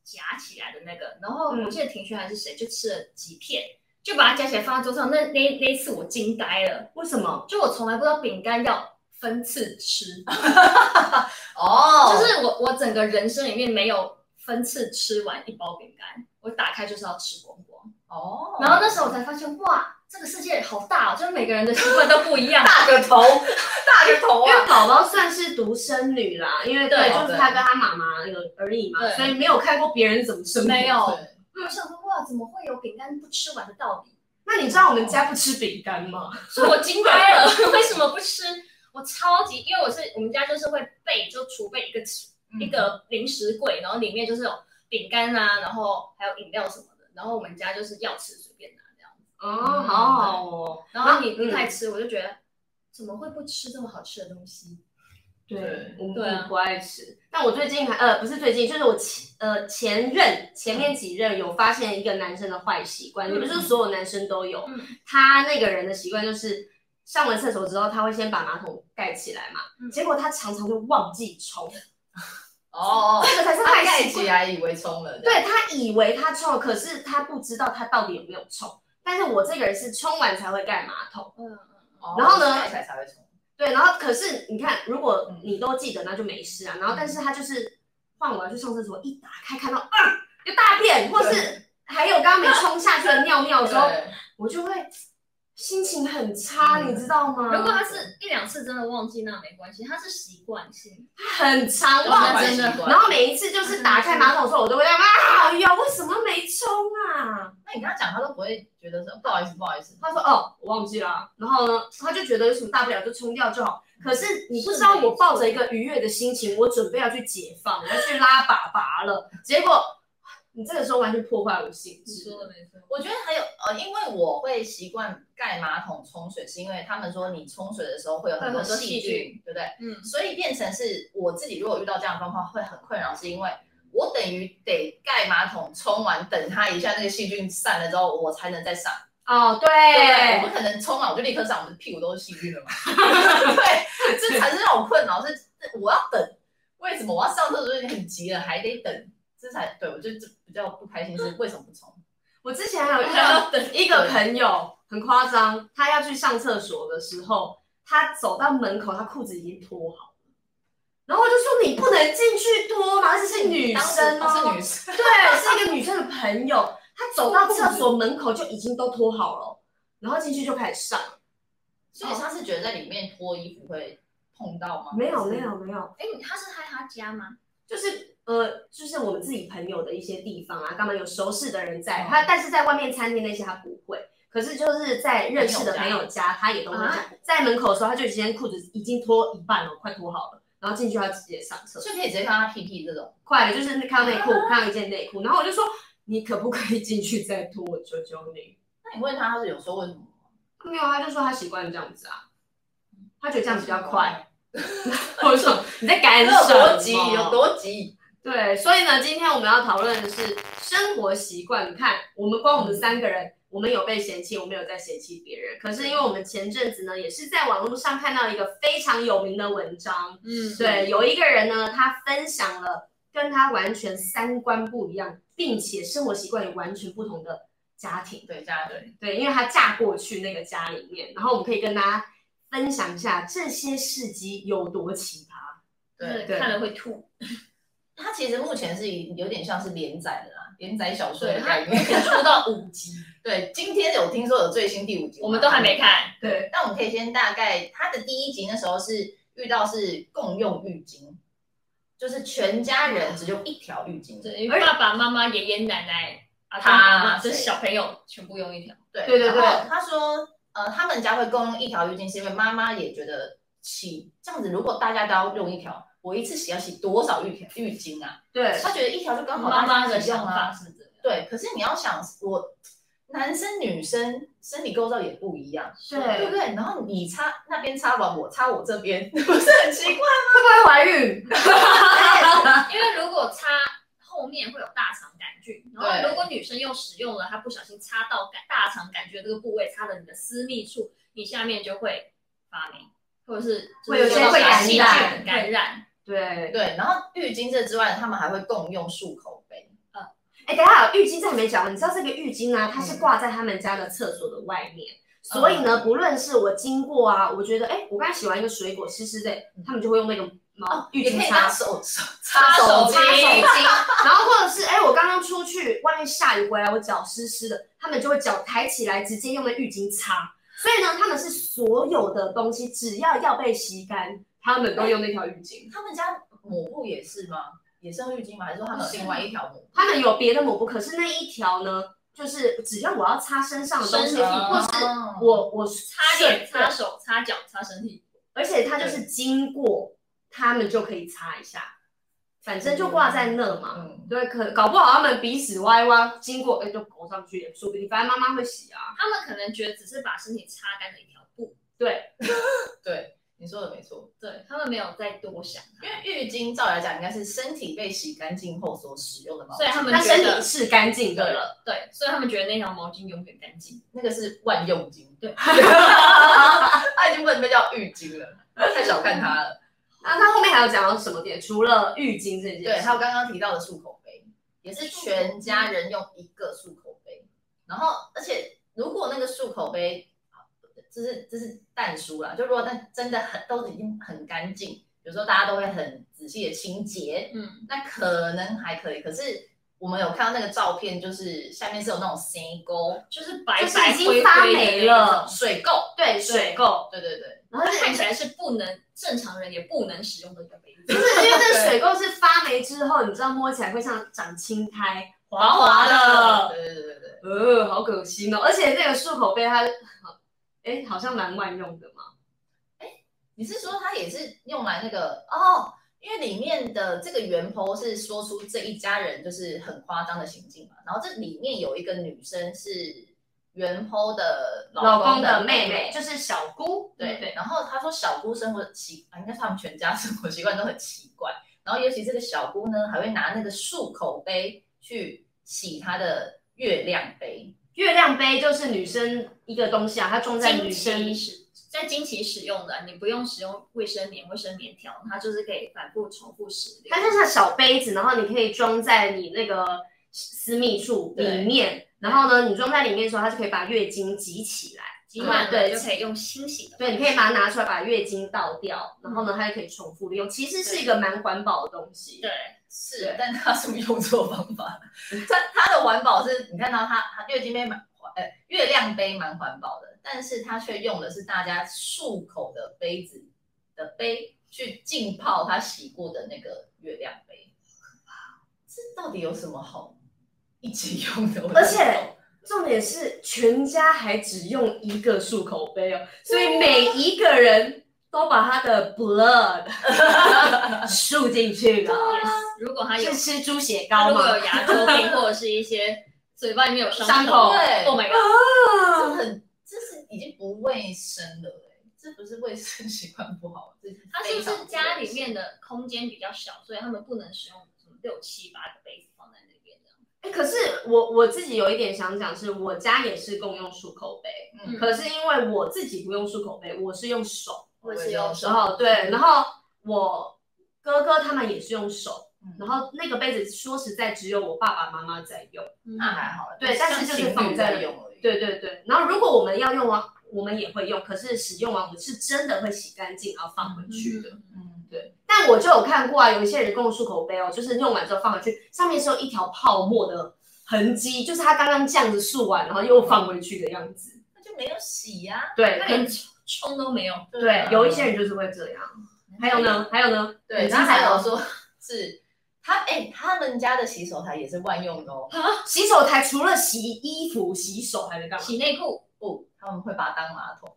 [SPEAKER 3] 夹起来的那个，然后我记得庭轩还是谁就吃了几片，就把它夹起来放在桌上。那那那一次我惊呆了，
[SPEAKER 1] 为什么？
[SPEAKER 3] 就我从来不知道饼干要分次吃，
[SPEAKER 2] 哦，
[SPEAKER 3] 就是我我整个人生里面没有分次吃完一包饼干，我打开就是要吃光光。
[SPEAKER 2] 哦，
[SPEAKER 3] 然后那时候我才发现，哇，这个世界好大哦，就是每个人的习惯都不一 样。
[SPEAKER 2] 大个头，大个头
[SPEAKER 1] 因
[SPEAKER 2] 啊！
[SPEAKER 1] 为宝宝算是独生女啦，因为
[SPEAKER 3] 对
[SPEAKER 1] 对，就是她跟她妈妈有而已嘛
[SPEAKER 3] 对，
[SPEAKER 1] 所以没有看过别人怎么生活。
[SPEAKER 3] 没有
[SPEAKER 2] 对，哦
[SPEAKER 3] 我想说，哇，怎么会有饼干不吃完的道理？
[SPEAKER 1] 那你知道我们家不吃饼干吗？
[SPEAKER 3] 所以我惊呆 了，为什么不吃？我超级，因为我是我们家就是会备，就储备一个
[SPEAKER 2] 嗯
[SPEAKER 3] 一个零食柜，然后里面就是有饼干啊，然后还有饮料什么的，然后我们家就是要吃随便拿这样。
[SPEAKER 1] 哦，好好哦。
[SPEAKER 3] 然后你不太吃，我就觉得怎么会不吃这么好吃的东西？
[SPEAKER 1] 对
[SPEAKER 2] 对，
[SPEAKER 1] 我们
[SPEAKER 3] 对啊
[SPEAKER 1] 不不爱吃。但我最近还呃不是最近，就是我前呃前任前面几任有发现一个男生的坏习惯，也不是所有男生都有，
[SPEAKER 3] 嗯
[SPEAKER 1] 他那个人的习惯就是上完厕所之后，他会先把马桶盖起来嘛，
[SPEAKER 3] 嗯
[SPEAKER 1] 结果他常常就忘记冲，
[SPEAKER 2] 哦，
[SPEAKER 1] 这个才是
[SPEAKER 2] 他
[SPEAKER 1] 坏
[SPEAKER 2] 盖
[SPEAKER 1] 习
[SPEAKER 2] 起
[SPEAKER 1] 惯。
[SPEAKER 2] 来以为冲了，这样
[SPEAKER 1] 对他以为他冲了，可是他不知道他到底有没有冲。但是我这个人是冲完才会盖马桶，
[SPEAKER 3] 嗯，
[SPEAKER 2] 哦
[SPEAKER 1] 然后呢
[SPEAKER 2] 盖起来才会冲，
[SPEAKER 1] 对，然后可是你看，如果
[SPEAKER 2] 嗯
[SPEAKER 1] 你都记得，那就没事啊。然后但是他就是换我要去上厕所，一打开看到啊、有大便，或是还有刚刚没冲下去的尿尿的时候，
[SPEAKER 2] 对，
[SPEAKER 1] 我就会心情很差，
[SPEAKER 2] 嗯
[SPEAKER 1] 你知道吗？
[SPEAKER 3] 如果他是一两次真的忘记，那没关系，他是习惯性。
[SPEAKER 1] 很常
[SPEAKER 2] 哇
[SPEAKER 1] 忘
[SPEAKER 3] 那
[SPEAKER 1] 记，
[SPEAKER 3] 真的
[SPEAKER 2] 怪
[SPEAKER 1] 然后每一次就是打开马桶的时候，我都会这样啊，哎呀，为什么没冲啊？
[SPEAKER 2] 那你跟他讲，他都不会觉得说不好意思，不好意思。
[SPEAKER 1] 他说哦，我忘记了啊，然后呢，他就觉得有什么大不了就冲掉就好。可是你不知道，我抱着一个愉悦的心情，我准备要去解放，我要去拉粑粑 了，结果你这个时候完全破坏我心
[SPEAKER 3] 你
[SPEAKER 1] 智。
[SPEAKER 3] 说的没错，
[SPEAKER 2] 我觉得还有呃，因为我会习惯盖马桶冲水，是因为他们说你冲水的时候会有很多
[SPEAKER 3] 会有很多
[SPEAKER 2] 细
[SPEAKER 3] 细
[SPEAKER 2] 菌，对不对？
[SPEAKER 3] 嗯，
[SPEAKER 2] 所以变成是我自己如果遇到这样的状况会很困扰，是因为我等于得盖马桶冲完，等它一下那个细菌散了之后，我才能再上。
[SPEAKER 1] 哦，
[SPEAKER 2] 对，我
[SPEAKER 1] 对，
[SPEAKER 2] 不可能冲完我就立刻上，我的屁股都是细菌了 嘛。 对，这才是让我困扰，是是我要等，为什么我要上厕所就已经很急了，还得等？这才对我就就比较不开心，是为什么不冲？
[SPEAKER 1] 我之前还有遇到一个朋友很夸张，他要去上厕所的时候，他走到门口，他裤子已经脱好了，然后我就说你不能进去脱嘛，而且是女生
[SPEAKER 2] 当时
[SPEAKER 1] 哦
[SPEAKER 2] 是女，生，
[SPEAKER 1] 对，是一个女生的朋友，她走到厕所门口就已经都脱好了，然后进去就开始上。
[SPEAKER 2] 所以他是觉得在里面脱衣服会碰到吗？
[SPEAKER 1] 没有
[SPEAKER 2] 还是
[SPEAKER 1] 没，有没有，
[SPEAKER 3] 哎，他是害他家吗？
[SPEAKER 1] 就是呃，就是我们自己朋友的一些地方啊，干嘛有熟识的人在，他但是在外面餐厅那些他不会。可是就是在认识的朋友家，他也都会这样
[SPEAKER 3] 啊
[SPEAKER 1] 在门口的时候，他就已经裤子已经脱一半了，快脱好了，然后进去他直接上厕所，
[SPEAKER 2] 所以可以直接看他屁屁这种。
[SPEAKER 1] 快了就是看到内裤，
[SPEAKER 3] 啊
[SPEAKER 1] 看到一件内裤，然后我就说你可不可以进去再脱，我求求你。
[SPEAKER 2] 那你问他，他是有说为什么吗？
[SPEAKER 1] 没有，他就说他习惯这样子啊，他觉得这样比较快。 我说你在干
[SPEAKER 2] 有
[SPEAKER 1] 什么？
[SPEAKER 2] 多急，有多急？
[SPEAKER 1] 对，所以呢，今天我们要讨论的是生活习惯。你看，我们光我们三个人，我们有被嫌弃，我们有在嫌弃别人。可是因为我们前阵子呢，也是在网络上看到一个非常有名的文章，
[SPEAKER 3] 嗯，
[SPEAKER 1] 对，有一个人呢，他分享了跟他完全三观不一样，并且生活习惯也完全不同的家庭。
[SPEAKER 2] 对，家人，
[SPEAKER 1] 对，因为她嫁过去那个家里面，然后我们可以跟大家分享一下这些事迹有多奇葩。
[SPEAKER 2] 对，
[SPEAKER 1] 对
[SPEAKER 3] 看了会吐。
[SPEAKER 2] 他其实目前是有点像是连载的啦，连载小说
[SPEAKER 3] 对，
[SPEAKER 2] 的
[SPEAKER 3] 他
[SPEAKER 2] 概
[SPEAKER 3] 目
[SPEAKER 2] 念。
[SPEAKER 3] 前出到五集，
[SPEAKER 2] 对，今天有听说有最新第五集，
[SPEAKER 3] 我们都还没。看。
[SPEAKER 1] 对，
[SPEAKER 2] 那我们可以先大概，他的第一集那时候是遇到是共用浴巾，就是全家人只用一条浴巾。
[SPEAKER 3] 对，因为爸爸妈妈、爷爷奶奶、啊，
[SPEAKER 2] 他
[SPEAKER 3] 他这
[SPEAKER 2] 谁
[SPEAKER 3] 小朋友全部用一条。
[SPEAKER 2] 对
[SPEAKER 1] 对对对
[SPEAKER 2] 然后他说，呃，他们家会共用一条浴巾，是因为妈妈也觉得洗这样子，如果大家都要用一条，我一次洗要洗多少浴条浴巾啊？
[SPEAKER 1] 对，
[SPEAKER 2] 他觉得一条就刚好
[SPEAKER 3] 妈妈
[SPEAKER 2] 大家
[SPEAKER 3] 的
[SPEAKER 2] 一起用
[SPEAKER 3] 想
[SPEAKER 2] 啊
[SPEAKER 3] 法是这样。
[SPEAKER 2] 对，可是你要想，我男生女生身体构造也不一样，
[SPEAKER 1] 对
[SPEAKER 2] 对不对？然后你擦那边擦完，我擦我这边， 不是很奇
[SPEAKER 1] 会
[SPEAKER 2] 怪？
[SPEAKER 1] 怀孕。
[SPEAKER 3] 因为如果擦后面会有大肠杆菌，然后
[SPEAKER 2] 对
[SPEAKER 3] 如果女生又使用了，她不小心擦到感大肠杆菌的这个部位，擦了你的私密处，你下面就会发霉，或者是就是
[SPEAKER 1] 会有
[SPEAKER 2] 些会感
[SPEAKER 3] 细
[SPEAKER 1] 染
[SPEAKER 3] 菌感染。
[SPEAKER 1] 对，
[SPEAKER 2] 对，然后浴巾这之外，他们还会共用漱口杯。
[SPEAKER 1] 哎，等一下，浴巾这还没讲完，你知道这个浴巾呢，它
[SPEAKER 2] 嗯
[SPEAKER 1] 是挂在他们家的厕所的外面。所以呢，不论是我经过啊，我觉得哎，我刚洗完一个水果湿湿的，他们就会用那个毛浴
[SPEAKER 2] 哦也可
[SPEAKER 1] 巾
[SPEAKER 2] 以
[SPEAKER 1] 擦
[SPEAKER 2] 当手手
[SPEAKER 3] 擦
[SPEAKER 2] 手
[SPEAKER 3] 手
[SPEAKER 2] 机
[SPEAKER 3] 机，
[SPEAKER 1] 然后或者是哎、我刚刚出去外面下雨回来，我脚湿湿的，他们就会脚抬起来，直接用那浴巾擦。所以呢，他们是所有的东西只要要被吸干，他们都用那条浴巾。
[SPEAKER 2] 他们家抹布也是吗？也是用浴巾吗？还是说他们有另外一条抹布？
[SPEAKER 1] 他们有别的抹布，可是那一条呢，就是只要我要擦身上的东西，
[SPEAKER 3] 身体
[SPEAKER 1] 或是
[SPEAKER 2] 哦
[SPEAKER 1] 我我
[SPEAKER 3] 擦脸、
[SPEAKER 1] 顺
[SPEAKER 3] 擦手、擦脚、擦身体，
[SPEAKER 1] 而且它就是经过他们就可以擦一下，反正就挂在那嘛。
[SPEAKER 2] 嗯，
[SPEAKER 1] 对，可搞不好他们鼻屎歪歪，经过哎、就勾上去也说不定，反正妈妈会洗啊。
[SPEAKER 3] 他们可能觉得只是把身体擦干的一条布，
[SPEAKER 1] 对，
[SPEAKER 2] 对，你你说的没错，
[SPEAKER 3] 对他们没有再多想它，
[SPEAKER 2] 因为浴巾照理来讲应该是身体被洗干净后所使用的毛
[SPEAKER 3] 所以
[SPEAKER 2] 巾，
[SPEAKER 3] 他们
[SPEAKER 1] 他身
[SPEAKER 3] 觉
[SPEAKER 1] 体
[SPEAKER 3] 得
[SPEAKER 1] 是干净的了，
[SPEAKER 3] 对，所以他们觉得那条毛巾永远干净。
[SPEAKER 2] 那个是万用巾，
[SPEAKER 3] 对
[SPEAKER 2] 它已经不能被叫浴巾了，太小看它了。
[SPEAKER 1] 那啊他后面还有讲到什么点？除了浴巾这件事，
[SPEAKER 2] 对，还有刚刚提到的漱口杯，也是全家人用一个漱口杯，然后而且如果那个漱口杯，这是这是淡疏啦，就如果那真的很都已经很干净，有时候大家都会很仔细的清洁，
[SPEAKER 3] 嗯，
[SPEAKER 2] 那可能还可以，可是。我们有看到那个照片，就是下面是有那种深沟、
[SPEAKER 3] 就是白
[SPEAKER 1] 就是
[SPEAKER 3] 白
[SPEAKER 1] 已经
[SPEAKER 3] 灰
[SPEAKER 1] 发
[SPEAKER 3] 灰的
[SPEAKER 1] 霉
[SPEAKER 3] 那
[SPEAKER 1] 了
[SPEAKER 3] 种，
[SPEAKER 2] 水垢，
[SPEAKER 1] 对水垢，
[SPEAKER 2] 对对对，
[SPEAKER 1] 然后
[SPEAKER 3] 它
[SPEAKER 1] 就是
[SPEAKER 3] 看起来是不能正常人也不能使用的一个杯
[SPEAKER 1] 不
[SPEAKER 3] 子。
[SPEAKER 1] 是因为这个水垢是发霉之后，你知道摸起来会像长青苔，滑滑的，
[SPEAKER 2] 对对对对对，
[SPEAKER 1] 呃，好恶心哦。而且这个漱口杯它，哎，好像蛮万用的嘛。
[SPEAKER 2] 你是说它也是用来那个哦？因为里面的这个原 po 是说出这一家人就是很夸张的行径嘛，然后这里面有一个女生是原 po 的
[SPEAKER 1] 老
[SPEAKER 2] 公
[SPEAKER 1] 公
[SPEAKER 2] 的
[SPEAKER 1] 的妹妹
[SPEAKER 2] 妹，
[SPEAKER 1] 就是小姑，
[SPEAKER 2] 对
[SPEAKER 1] 对，
[SPEAKER 2] 然后她说小姑生活习啊，应该是他们全家生活习惯都很奇怪，然后尤其这个小姑呢，还会拿那个漱口杯去洗她的月亮杯，
[SPEAKER 1] 月亮杯就是女生一个东西啊，它装在女
[SPEAKER 3] 经
[SPEAKER 1] 生
[SPEAKER 3] 期使在经期使用的，你不用使用卫生棉、卫生棉条，它就是可以反复重复使用。
[SPEAKER 1] 它就像小杯子，然后你可以装在你那个私密处里面，然后呢，你装在里面的时候，它就可以把月经挤起来，
[SPEAKER 3] 挤满了
[SPEAKER 1] 对啊
[SPEAKER 3] 就可以用清洗的。
[SPEAKER 1] 对，你可以把它拿出来，把月经倒掉，然后呢，它就可以重复利用，其实是一个蛮环保的东西。
[SPEAKER 3] 嗯对，
[SPEAKER 2] 是，欸但它是不是用错方法？它它的环保是，你看到它它月经杯蛮环，呃，月亮杯蛮环保的，但是它却用的是大家漱口的杯子的杯去浸泡它洗过的那个月亮杯，这到底有什么好一起用的？我
[SPEAKER 1] 而且
[SPEAKER 2] 不懂
[SPEAKER 1] 重点是全家还只用一个漱口杯哦，所
[SPEAKER 3] 嗯
[SPEAKER 1] 以每一个人都把他的 blood 漱进去了。
[SPEAKER 3] Yes，如果它有
[SPEAKER 1] 是吃猪血
[SPEAKER 3] 它
[SPEAKER 1] 糕
[SPEAKER 3] 如果
[SPEAKER 1] 吗？
[SPEAKER 3] 有牙周病或者是一些嘴巴里面有
[SPEAKER 1] 伤
[SPEAKER 3] 伤
[SPEAKER 1] 口
[SPEAKER 2] 对
[SPEAKER 3] o h my god，
[SPEAKER 2] 这很这是已经不卫生了、欸，这不是卫生 习惯不好，这是
[SPEAKER 3] 它是不
[SPEAKER 2] 非常
[SPEAKER 3] 是
[SPEAKER 2] 不
[SPEAKER 3] 家
[SPEAKER 2] 卫
[SPEAKER 3] 里
[SPEAKER 2] 生
[SPEAKER 3] 面的空间比较小，所以他们不能使用什么六七八个杯子放在那边的？
[SPEAKER 1] 哎、可是我我自己有一点想讲，是我家也是共用漱口杯，
[SPEAKER 2] 嗯
[SPEAKER 1] 可是因为我自己不用漱口杯，我是用手，
[SPEAKER 3] 或
[SPEAKER 2] 嗯
[SPEAKER 3] 者
[SPEAKER 2] 我
[SPEAKER 3] 是
[SPEAKER 2] 也
[SPEAKER 3] 用
[SPEAKER 2] 用
[SPEAKER 1] 然后对，然后我哥哥他们也是用手，
[SPEAKER 2] 嗯
[SPEAKER 1] 然后那个杯子说实在只有我爸爸妈妈在用，
[SPEAKER 3] 嗯
[SPEAKER 2] 那还好了，
[SPEAKER 1] 对但是就是
[SPEAKER 2] 像情
[SPEAKER 1] 放
[SPEAKER 2] 侣
[SPEAKER 1] 在
[SPEAKER 2] 在用而已。
[SPEAKER 1] 对对对，然后如果我们要用完，我们也会用，可是使用完我们是真的会洗干净然后放回去的。
[SPEAKER 3] 嗯
[SPEAKER 2] 嗯，
[SPEAKER 1] 但我就有看过啊，有一些人共漱口杯哦，就是用完之后放回去，上面是有一条泡沫的痕迹，就是他刚刚这样子漱完，然后又放回去的样子。
[SPEAKER 2] 那就没有洗呀、
[SPEAKER 1] 对，
[SPEAKER 3] 它
[SPEAKER 2] 啊
[SPEAKER 3] 连
[SPEAKER 1] 跟
[SPEAKER 3] 冲都没有。
[SPEAKER 1] 对，啊有一些人就是会这样。还有呢，还有呢，
[SPEAKER 2] 对，
[SPEAKER 1] 你
[SPEAKER 2] 然后
[SPEAKER 1] 知道
[SPEAKER 2] 还有说是他哎、他们家的洗手台也是万用的哦，
[SPEAKER 1] 洗手台除了洗衣服、洗手还能干嘛？
[SPEAKER 3] 洗内裤，
[SPEAKER 2] 不，哦他们会把它当马桶。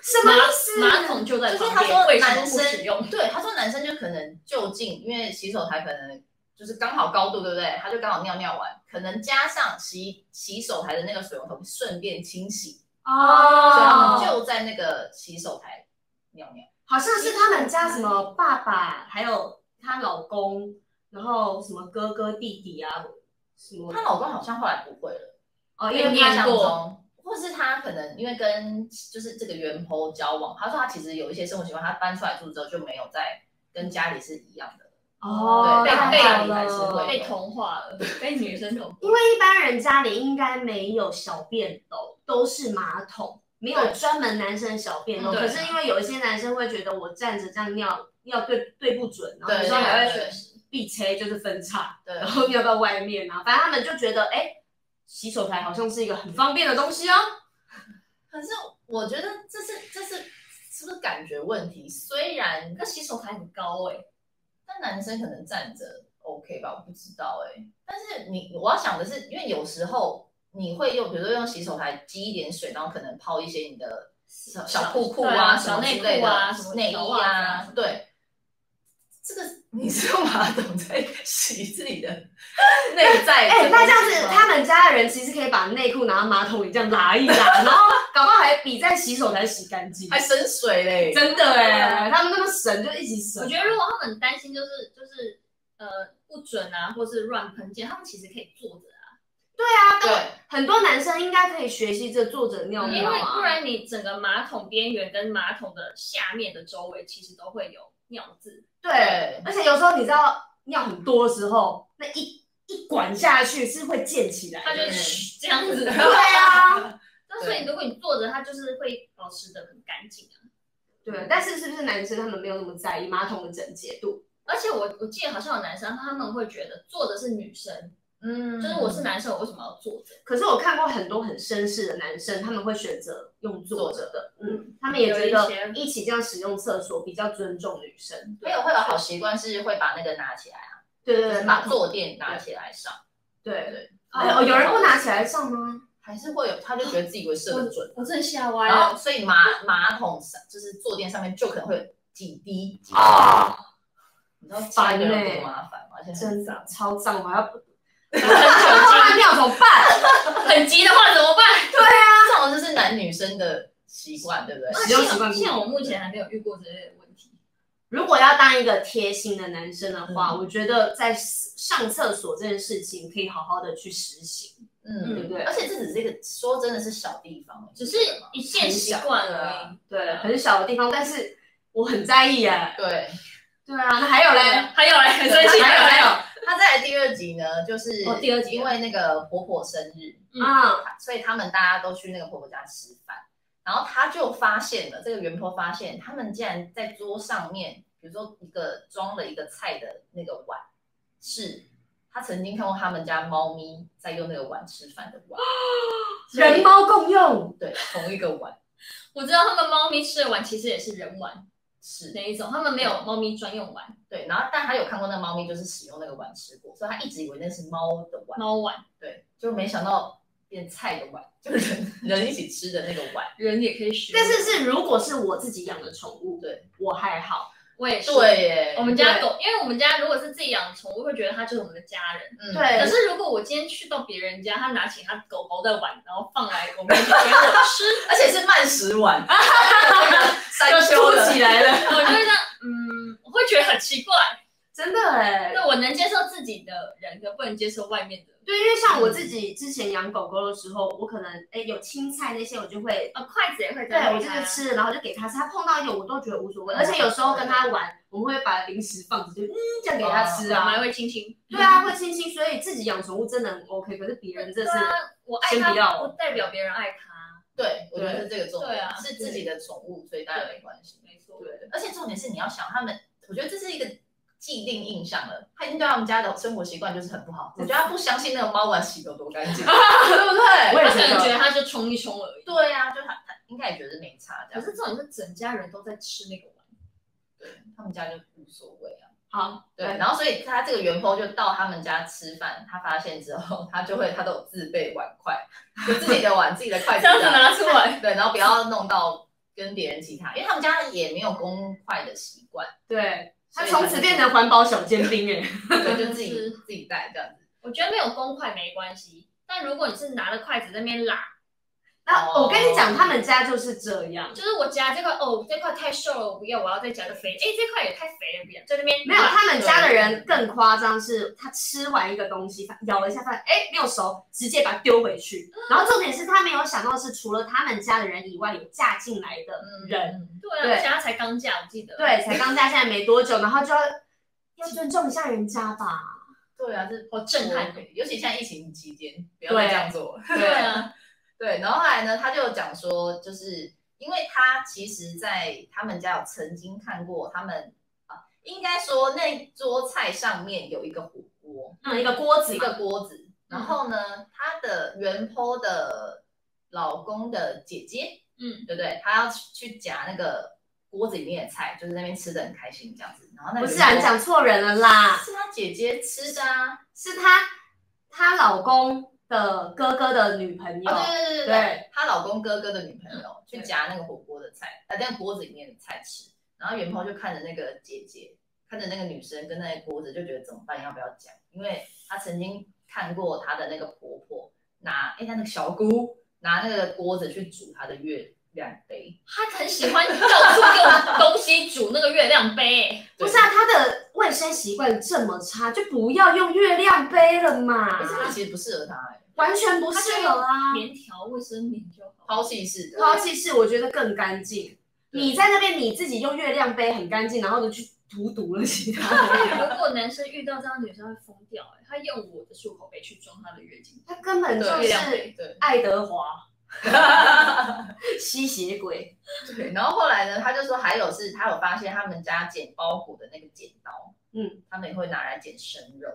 [SPEAKER 1] 什么
[SPEAKER 3] 马
[SPEAKER 1] 意思？
[SPEAKER 3] 马桶嗯就在
[SPEAKER 2] 就是
[SPEAKER 3] 旁
[SPEAKER 2] 他
[SPEAKER 3] 边，
[SPEAKER 2] 说
[SPEAKER 3] 为什么
[SPEAKER 2] 男
[SPEAKER 3] 不使用
[SPEAKER 2] 生，？对，他说男生就可能就近，因为洗手台可能就是刚好高度，对不对？他就刚好尿尿完，可能加上洗洗手台的那个水龙头顺便清洗，所以他们
[SPEAKER 1] 哦，
[SPEAKER 2] 就在那个洗手台尿尿。
[SPEAKER 1] 好像是他们家什么爸爸，还有她老公，然后什么哥哥、弟弟啊，什么
[SPEAKER 2] 她老公好像后来不会了。
[SPEAKER 1] 哦，因
[SPEAKER 2] 因为
[SPEAKER 1] 为
[SPEAKER 2] 印
[SPEAKER 1] 他
[SPEAKER 2] 象中，或是他可能因为跟就是这个原婆交往，他说他其实有一些生活习惯，他搬出来住之后就没有再跟家里是一样的。
[SPEAKER 1] 哦，
[SPEAKER 2] 对
[SPEAKER 1] 那
[SPEAKER 3] 被
[SPEAKER 1] 好
[SPEAKER 2] 被还是
[SPEAKER 1] 了
[SPEAKER 2] 会
[SPEAKER 3] 被同化了，被女生同化。
[SPEAKER 1] 因为一般人家里应该没有小便斗，都是马桶，没有
[SPEAKER 2] 对
[SPEAKER 1] 专门男生的小便斗。
[SPEAKER 3] 嗯对
[SPEAKER 1] 可是因为有一些男生会觉得我站着这样尿要对对不准，然后有
[SPEAKER 2] 对
[SPEAKER 1] 时候还会
[SPEAKER 2] 对
[SPEAKER 1] 选必切就是分叉，
[SPEAKER 2] 对
[SPEAKER 1] 然，后尿到外面啊，反正他们就觉得哎。洗手台好像是一个很方便的东西哦。
[SPEAKER 2] 可是我觉得这是这是是不是感觉问题？虽然
[SPEAKER 3] 那洗手台很高哎、
[SPEAKER 2] 欸但男生可能站着 OK 吧，我不知道哎、但是你我要想的是，因为有时候你会用，比如说用洗手台积一点水，然后可能泡一些你的小小裤裤
[SPEAKER 3] 对
[SPEAKER 2] 啊，
[SPEAKER 3] 啊
[SPEAKER 2] 什
[SPEAKER 3] 小
[SPEAKER 2] 么
[SPEAKER 3] 内
[SPEAKER 2] 之类
[SPEAKER 3] 裤啊，
[SPEAKER 2] 的
[SPEAKER 3] 什么
[SPEAKER 2] 内
[SPEAKER 3] 小
[SPEAKER 2] 衣
[SPEAKER 3] 袜子啊
[SPEAKER 2] 啊，，对，这个你是用马桶在洗自己的内 在？
[SPEAKER 1] 哎、那这样子，他们家的人其实可以把内裤拿到马桶里这样拉一 拉，然后搞不好还比在洗手台洗干净。
[SPEAKER 2] 还省水嘞，
[SPEAKER 1] 真的哎、他们那么神就一起神。
[SPEAKER 3] 我觉得如果他们担心就是就是呃不准啊，或是乱喷溅，他们其实可以坐着啊，
[SPEAKER 2] 对，
[SPEAKER 1] 很多男生应该可以学习这坐着尿
[SPEAKER 3] 因
[SPEAKER 1] 尿
[SPEAKER 3] 为
[SPEAKER 1] 啊。
[SPEAKER 3] 不然你整个马桶边缘跟马桶的下面的周围其实都会有尿渍。
[SPEAKER 1] 对，而且有时候你知道尿很多的时候，那一一管下去是会溅起来的。
[SPEAKER 3] 它就
[SPEAKER 2] 嗯
[SPEAKER 3] 是这样 子，
[SPEAKER 1] 对啊，
[SPEAKER 3] 那所以如果你坐着，它就是会保持的很干净啊。
[SPEAKER 1] 对，但是是不是男生他们没有那么在意马桶的整洁度？
[SPEAKER 3] 而且我我记得好像有男生他们会觉得坐着是女生，
[SPEAKER 2] 嗯
[SPEAKER 3] 就是我是男生，我为什么要坐着？
[SPEAKER 1] 可是我看过很多很绅士的男生，他们会选择用坐着的，嗯，他们也觉
[SPEAKER 3] 有一
[SPEAKER 1] 得
[SPEAKER 3] 些
[SPEAKER 1] 一起这样使用厕所比较尊重女生。
[SPEAKER 2] 没有会有好习惯是会把那个拿起来啊，
[SPEAKER 1] 对对
[SPEAKER 2] 就
[SPEAKER 1] 对，
[SPEAKER 2] 是把坐垫拿起来上，
[SPEAKER 1] 对对。
[SPEAKER 3] 哦
[SPEAKER 1] 哎哦，有人不拿起来上吗？
[SPEAKER 2] 还是会有，他就觉得自己会射得准，
[SPEAKER 3] 我真的吓歪
[SPEAKER 2] 然
[SPEAKER 3] 了。
[SPEAKER 2] 后所以马马桶上就是坐垫上面就可能会有几滴几滴，
[SPEAKER 1] 啊，
[SPEAKER 2] 你知道
[SPEAKER 1] 烦
[SPEAKER 2] 挤的人
[SPEAKER 1] 欸
[SPEAKER 2] 多麻烦吗？而且
[SPEAKER 1] 真
[SPEAKER 2] 很
[SPEAKER 1] 的
[SPEAKER 2] 脏，
[SPEAKER 1] 超脏，我还要 换尿怎么办？
[SPEAKER 3] 很急的话怎么办？
[SPEAKER 2] 这种就是男女生的习惯，对不对？
[SPEAKER 1] 使用习惯不一样
[SPEAKER 3] 像我目前还没有遇过这类的问题。
[SPEAKER 1] 如果要当一个贴心的男生的话，我觉得在上厕所这件事情可以好好的去实行。
[SPEAKER 2] 嗯，
[SPEAKER 1] 对不对
[SPEAKER 2] 而且这只是一个说真的是小地方，
[SPEAKER 3] 只是一线习惯而已。
[SPEAKER 1] 对，很小的地方，但是我很在意耶。
[SPEAKER 2] 对。
[SPEAKER 1] 对啊，那还有嘞，
[SPEAKER 3] 还有嘞，很
[SPEAKER 2] 对
[SPEAKER 3] 生气，
[SPEAKER 2] 还有
[SPEAKER 3] 还有，
[SPEAKER 2] 那再来第二集呢，就是
[SPEAKER 3] 哦第二集啊
[SPEAKER 2] 因为那个婆婆生日，
[SPEAKER 3] 嗯
[SPEAKER 1] 啊，
[SPEAKER 2] 所以他们大家都去那个婆婆家吃饭，然后她就发现了这个袁婆发现，他们竟然在桌上面，比如说一个装了一个菜的那个碗，是她曾经看过他们家猫咪在用那个碗吃饭的碗，所以
[SPEAKER 1] 人猫共用，
[SPEAKER 2] 对同一个碗
[SPEAKER 3] 我知道他们猫咪吃的碗其实也是人碗
[SPEAKER 2] 是
[SPEAKER 3] 那一种，他们没有猫咪专用碗，
[SPEAKER 2] 对，然后但她有看过那个猫咪就是使用那个碗吃过，所以她一直以为那是猫的碗，
[SPEAKER 3] 猫碗
[SPEAKER 2] 对，就没想到变菜的碗，就人人一起吃的那个碗，
[SPEAKER 3] 人也可以使用。
[SPEAKER 1] 但是是如果是我自己养的宠物，
[SPEAKER 2] 对
[SPEAKER 1] 我还好。
[SPEAKER 3] 我也是，
[SPEAKER 2] 对耶，
[SPEAKER 3] 我们家狗，因为我们家如果是自己养宠物，会觉得它就是我们的家人。
[SPEAKER 2] 嗯
[SPEAKER 1] 对
[SPEAKER 3] 可是如果我今天去到别人家，他拿起他狗狗的碗，然后放来我面前给我吃，
[SPEAKER 2] 而且是慢食 碗，
[SPEAKER 1] 就
[SPEAKER 2] 三
[SPEAKER 1] 凸
[SPEAKER 2] 秋的
[SPEAKER 1] 起来了，
[SPEAKER 3] 我就 会这样，嗯，我会觉得很奇怪。
[SPEAKER 1] 真的哎。
[SPEAKER 3] 那我能接受自己的人，可不能接受外面的。
[SPEAKER 1] 对，因为像我自己之前养狗狗的时候，我可能哎有青菜那些，我就会
[SPEAKER 3] 啊，筷子也会这
[SPEAKER 1] 对
[SPEAKER 3] 样
[SPEAKER 1] 我
[SPEAKER 3] 给
[SPEAKER 1] 就
[SPEAKER 3] 它
[SPEAKER 1] 是吃了，然后就给它吃，它碰到一点我都觉得无所谓，而且有时候跟它玩，我们会把零食放着，就嗯这样给它吃
[SPEAKER 3] 哦我们还
[SPEAKER 1] 啊，
[SPEAKER 3] 会亲亲。
[SPEAKER 1] 对啊，会亲亲，所以自己养宠物真的很 OK，可是别人这
[SPEAKER 3] 对
[SPEAKER 1] 是
[SPEAKER 3] 啊，我爱
[SPEAKER 1] 先不要
[SPEAKER 3] 它，不代表别人爱它。
[SPEAKER 2] 对，我觉得是这个重点，
[SPEAKER 3] 对啊
[SPEAKER 2] 是自己的宠物，所以当然没关系。
[SPEAKER 3] 没错，
[SPEAKER 1] 对
[SPEAKER 2] 而且重点是你要想他们，我觉得这是一个既定印象了，他已经对他们家的生活习惯就是很不 好。我觉得他不相信那个猫碗洗得有多干净，对不
[SPEAKER 1] 我
[SPEAKER 2] 对？
[SPEAKER 1] 也觉
[SPEAKER 3] 他可能觉
[SPEAKER 1] 得
[SPEAKER 3] 得它就冲一冲而已。
[SPEAKER 2] 对呀、啊，就他他应该也觉得没差这
[SPEAKER 3] 可
[SPEAKER 2] 样，
[SPEAKER 3] 是这种是整家人都在吃 那个碗，
[SPEAKER 2] 对他们家就无所谓啊。
[SPEAKER 1] 好，
[SPEAKER 2] 对，然后所以他这个元坡就到他们家吃饭，他发现之后，他就会他都有自备碗筷，就自己的碗、自己的 筷子啊
[SPEAKER 3] 拿出 来，
[SPEAKER 2] 对，然后不要弄到跟别人其他，因为他们家也没有公筷的习惯，
[SPEAKER 1] 对，它
[SPEAKER 2] 所以哦
[SPEAKER 1] 从此变成环保小尖兵哎，
[SPEAKER 2] 对，就自己自己带这样子。
[SPEAKER 3] 我觉得没有公筷没关系，但如果你是拿着筷子在那边拉，
[SPEAKER 1] 那我跟你讲，他们家就是这样，
[SPEAKER 3] 就是我夹这块，哦，这块太瘦了，我不要，我要再夹个肥，哎，这块也太肥了，不要，在那边啊
[SPEAKER 1] 没有，他们家的人更夸张，是他吃完一个东西，咬了一下饭，哎，没有熟，直接把它丢回去。然后重点是他没有想到是除了他们家的人以外，有嫁进来的人，
[SPEAKER 2] 嗯，
[SPEAKER 3] 对啊，
[SPEAKER 1] 对
[SPEAKER 3] 而且他才刚嫁，我记得，
[SPEAKER 1] 对，才刚嫁进来没多久，然后就要要尊重一下人家吧。
[SPEAKER 2] 对啊，这
[SPEAKER 3] 好震撼哦，
[SPEAKER 2] 尤其现在疫情期间，不要再这样做了。
[SPEAKER 3] 对啊，
[SPEAKER 2] 对，然后后来呢，他就讲说，就是因为他其实，在他们家有曾经看过他们啊，应该说那桌菜上面有一个火锅，
[SPEAKER 1] 嗯，一个锅子
[SPEAKER 2] 一
[SPEAKER 1] 嘛，
[SPEAKER 2] 个锅子，然后呢，她的原坡的老公的姐姐，
[SPEAKER 3] 嗯，
[SPEAKER 2] 对不对？她要去去夹那个锅子里面的菜，就是在那边吃的很开心这样子。然后那
[SPEAKER 1] 不
[SPEAKER 2] 个
[SPEAKER 1] 是
[SPEAKER 2] 原
[SPEAKER 1] 啊，
[SPEAKER 2] 坡
[SPEAKER 1] 你讲错人了啦，
[SPEAKER 2] 是她姐姐吃的啊，
[SPEAKER 1] 是她她老公的哥哥的女朋友，
[SPEAKER 2] 哦，对对
[SPEAKER 1] 对嗯
[SPEAKER 2] 对对，她老公哥哥的女朋友去夹那个火锅的菜，呃，那个锅子里面的菜吃。然后元抛就看着那个姐姐，看着那个女生跟那个锅子，就觉得怎么办？要不要讲？因为她曾经看过她的那个婆婆拿，哎，她那个小姑拿那个锅子去煮她的月亮杯，
[SPEAKER 3] 他很喜欢到处用东西煮那个月亮杯、 欸，
[SPEAKER 1] 不是啊，他的卫生习惯这么差，就不要用月亮杯了嘛
[SPEAKER 2] 可，是那其实不适合她、哎，
[SPEAKER 1] 完全不适合啊。
[SPEAKER 3] 棉条、卫生棉就好。
[SPEAKER 2] 抛弃式的，
[SPEAKER 1] 抛弃式我觉得更干净。
[SPEAKER 2] 对
[SPEAKER 1] 你在那边你自己用月亮杯很干净，然后就去荼毒了其 他人，
[SPEAKER 3] 如果男生遇到这样的女生会疯掉、欸，他用我的漱口杯去装他的月经，
[SPEAKER 1] 他根本就
[SPEAKER 2] 对
[SPEAKER 3] 月亮
[SPEAKER 1] 是
[SPEAKER 3] 杯
[SPEAKER 2] 对
[SPEAKER 1] 爱德 华吸血鬼。
[SPEAKER 2] 对。然后后来呢，她就说还有是，她有发现他们家剪包裹的那个剪刀，
[SPEAKER 1] 嗯，
[SPEAKER 2] 他们也会拿来剪生肉。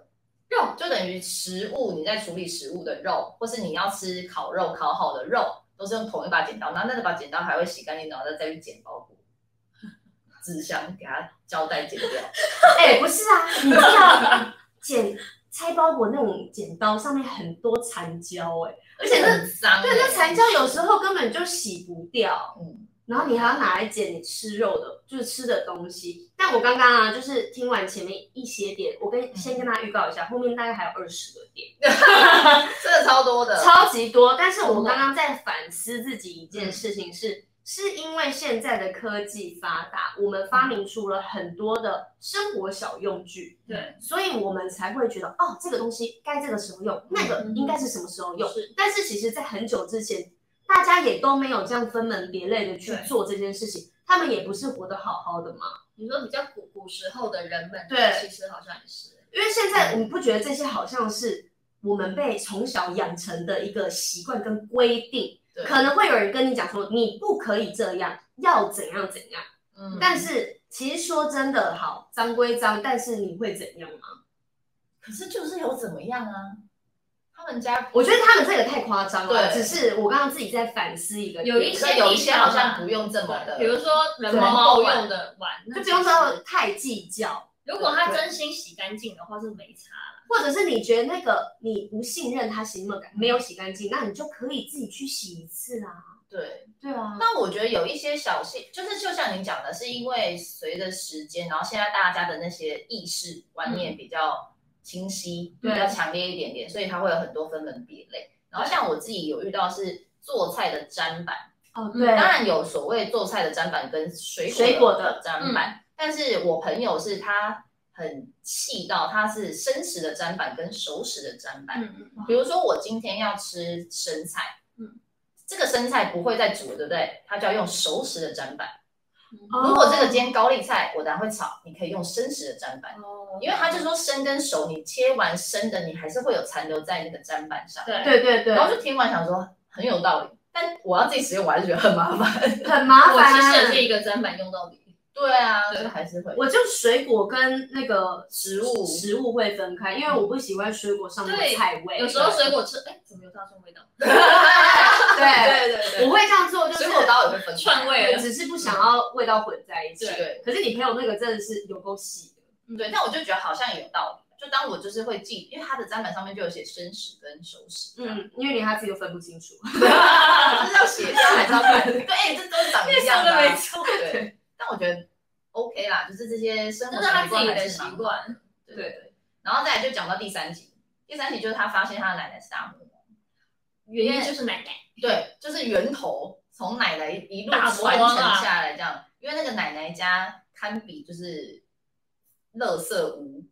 [SPEAKER 3] 肉
[SPEAKER 2] 就等于食物，你在处理食物的肉，或是你要吃烤肉、烤好的肉，都是用同一把剪刀，然后那把剪刀还会洗干净，然后再再去剪包裹，纸箱给它胶带剪掉。
[SPEAKER 1] 哎、不是啊，你知道剪拆包裹那种剪刀上面很多残胶哎，而且那
[SPEAKER 2] 很脏欸，
[SPEAKER 1] 对那残胶有时候根本就洗不掉，
[SPEAKER 2] 嗯，
[SPEAKER 1] 然后你还要拿来剪你吃肉的，就是吃的东西。但我刚刚啊，就是听完前面一些点，我跟先跟大家预告一下，后面大概还有二十个点，
[SPEAKER 2] 真的超多的，
[SPEAKER 1] 超级多。但是我刚刚在反思自己一件事情是。是因为现在的科技发达，我们发明出了很多的生活小用具，
[SPEAKER 3] 对，
[SPEAKER 1] 所以我们才会觉得哦，这个东西该这个时候用，那个应该是什么时候用。
[SPEAKER 3] 是
[SPEAKER 1] 但是其实，在很久之前，大家也都没有这样分门别类的去
[SPEAKER 3] 对
[SPEAKER 1] 做这件事情，他们也不是活得好好的嘛。
[SPEAKER 3] 你说比较古古时候的人们，
[SPEAKER 1] 对
[SPEAKER 3] 其实好像也是。
[SPEAKER 1] 因为现在我们不觉得这些好像是我们被从小养成的一个习惯跟规定，
[SPEAKER 2] 对
[SPEAKER 1] 可能会有人跟你讲说你不可以这样，要怎样怎样。
[SPEAKER 2] 嗯
[SPEAKER 1] 但是其实说真的，好脏归脏，但是你会怎样吗？
[SPEAKER 2] 可是就是有怎么样啊？他们家
[SPEAKER 1] 我觉得他们这个太夸张了，
[SPEAKER 2] 对
[SPEAKER 1] 只是我刚刚自己在反思一个点，
[SPEAKER 3] 有一
[SPEAKER 2] 可是有一些好像不用这么的，
[SPEAKER 3] 比如说人
[SPEAKER 1] 对
[SPEAKER 3] 猫用的碗，那
[SPEAKER 1] 就
[SPEAKER 3] 其
[SPEAKER 1] 不用
[SPEAKER 3] 实
[SPEAKER 1] 说太计较，
[SPEAKER 3] 如果他
[SPEAKER 1] 对
[SPEAKER 3] 真心洗干净的话是没差啦。
[SPEAKER 1] 或者是你觉得那个你不信任他洗那么干没有洗干净，那你就可以自己去洗一次啊。
[SPEAKER 2] 对。
[SPEAKER 1] 对啊，
[SPEAKER 2] 但我觉得有一些小细，就是就像你讲的，是因为随着时间，然后现在大家的那些意识观念比较清晰、
[SPEAKER 1] 嗯对
[SPEAKER 2] 比较强烈一点点，所以它会有很多分门别类。然后像我自己有遇到是做菜的砧板，
[SPEAKER 1] 哦
[SPEAKER 3] 嗯
[SPEAKER 1] 对
[SPEAKER 2] 当，然有所谓做菜的砧板跟水
[SPEAKER 1] 水
[SPEAKER 2] 果
[SPEAKER 1] 果的嗯
[SPEAKER 2] 砧板，但是我朋友是他很气到他是生食的砧板跟熟食的砧板，
[SPEAKER 3] 嗯，嗯
[SPEAKER 2] 比如说我今天要吃生菜，
[SPEAKER 3] 嗯，
[SPEAKER 2] 这个生菜不会再煮了，对不对？它就要用熟食的砧板。
[SPEAKER 1] 哦
[SPEAKER 2] 如果这个今天高丽菜，我等下会炒，你可以用生食的砧板，
[SPEAKER 3] 哦
[SPEAKER 2] 因为他就说生跟熟，你切完生的，你还是会有残留在那个砧板上。
[SPEAKER 3] 对
[SPEAKER 1] 哦对对对
[SPEAKER 2] 然，后就听完想说很有道理，但我要自己使用，我还是觉得很麻烦。
[SPEAKER 1] 很麻
[SPEAKER 3] 我其实
[SPEAKER 1] 烦啊
[SPEAKER 3] 也。是一个砧板用到底。
[SPEAKER 2] 对啊，
[SPEAKER 3] 对
[SPEAKER 2] 就还是会
[SPEAKER 1] 我就水果跟那个
[SPEAKER 2] 食物
[SPEAKER 1] 食物会分开，因为我不喜欢水果上面的
[SPEAKER 3] 对
[SPEAKER 1] 菜味。
[SPEAKER 3] 有时候水果吃，哎，怎么有大蒜味道？
[SPEAKER 1] 对，
[SPEAKER 2] 对 对
[SPEAKER 1] 我会这样做，就
[SPEAKER 2] 水
[SPEAKER 1] 是
[SPEAKER 2] 果刀也会分开
[SPEAKER 3] 串味
[SPEAKER 1] 对，只是不想要味道混在一起。
[SPEAKER 3] 对
[SPEAKER 2] 对
[SPEAKER 1] 可是你朋友那个真的是有够细的。
[SPEAKER 2] 对，但我就觉得好像有道理。就当我就是会记，因为它的砧板上面就有写生食跟熟食，这样
[SPEAKER 1] 嗯，因为连他自己都分不清 楚。
[SPEAKER 2] 就是要写掉还是要 看？对，哎、这都长一样的、啊。
[SPEAKER 3] 错，
[SPEAKER 2] 对，但我觉得 OK 啦，就是这些生活
[SPEAKER 3] 这是他自己
[SPEAKER 2] 还
[SPEAKER 3] 的
[SPEAKER 2] 是蛮
[SPEAKER 3] 习。惯。
[SPEAKER 2] 对对对。然后再来就讲到第三集，第三集就是他发现他的奶奶是大魔王，
[SPEAKER 3] 原因就是奶奶，
[SPEAKER 2] 对，就是源头从奶奶一路
[SPEAKER 3] 大魔
[SPEAKER 2] 传
[SPEAKER 3] 王
[SPEAKER 2] 承
[SPEAKER 3] 啊
[SPEAKER 2] 下来这样，因为那个奶奶家堪比就是垃圾屋，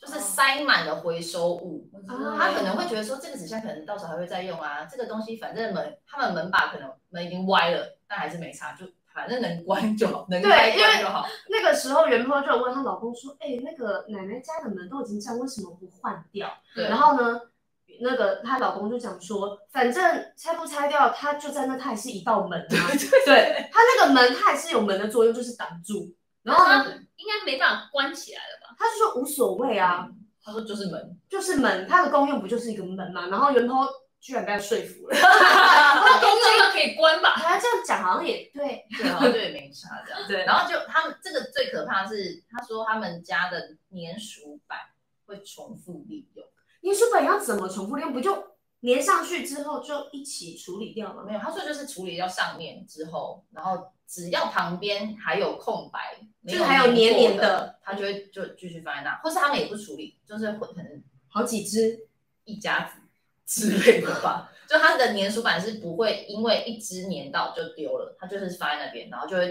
[SPEAKER 2] 就是
[SPEAKER 3] 哦
[SPEAKER 2] 塞满了回收物。
[SPEAKER 3] 我知
[SPEAKER 1] 道
[SPEAKER 2] 他可能会觉得说，这个纸箱可能到时候还会再用啊，这个东西反正门他们门把可能门已经歪了，但还是没差，就反正能关就好，能
[SPEAKER 1] 对
[SPEAKER 2] 开
[SPEAKER 1] 因为
[SPEAKER 2] 关就好。
[SPEAKER 1] 那个时候，袁坡就有问她老公说：“哎、那个奶奶家的门都已经这样，为什么不换掉？”
[SPEAKER 2] 对
[SPEAKER 1] 然后呢，那个她老公就讲说：“反正拆不拆掉，它就在那，它也是一道门啊。对，它那个门它也是有门的作用，就是挡住。然后
[SPEAKER 2] 嗯
[SPEAKER 1] 呢，
[SPEAKER 3] 应该没办法关起来了吧？
[SPEAKER 1] 他就说无所谓啊，
[SPEAKER 2] 他说就是门，
[SPEAKER 1] 就是门，它的功用不就是一个门嘛。然后袁坡居然被他说服了，
[SPEAKER 3] 那工作又可以关吧？
[SPEAKER 1] 他这样讲好像也对，
[SPEAKER 2] 对，好像对没差这样。
[SPEAKER 1] 对
[SPEAKER 2] 然后就他们这个最可怕的是，他说他们家的粘鼠板会重复利用，
[SPEAKER 1] 你书本要怎么重复利用？不就粘上去之后就一起处理掉吗？
[SPEAKER 2] 没有，他说就是处理掉上面之后，然后只要旁边还有空白，
[SPEAKER 1] 就是还有黏黏
[SPEAKER 2] 没
[SPEAKER 1] 的
[SPEAKER 2] 的，他就会就继续放在那，或是他们也不处理，就是会可能
[SPEAKER 1] 好几只，
[SPEAKER 2] 一家子之类的吧。就它的粘鼠板是不会因为一只粘到就丢了，它就是放在那边，然后就会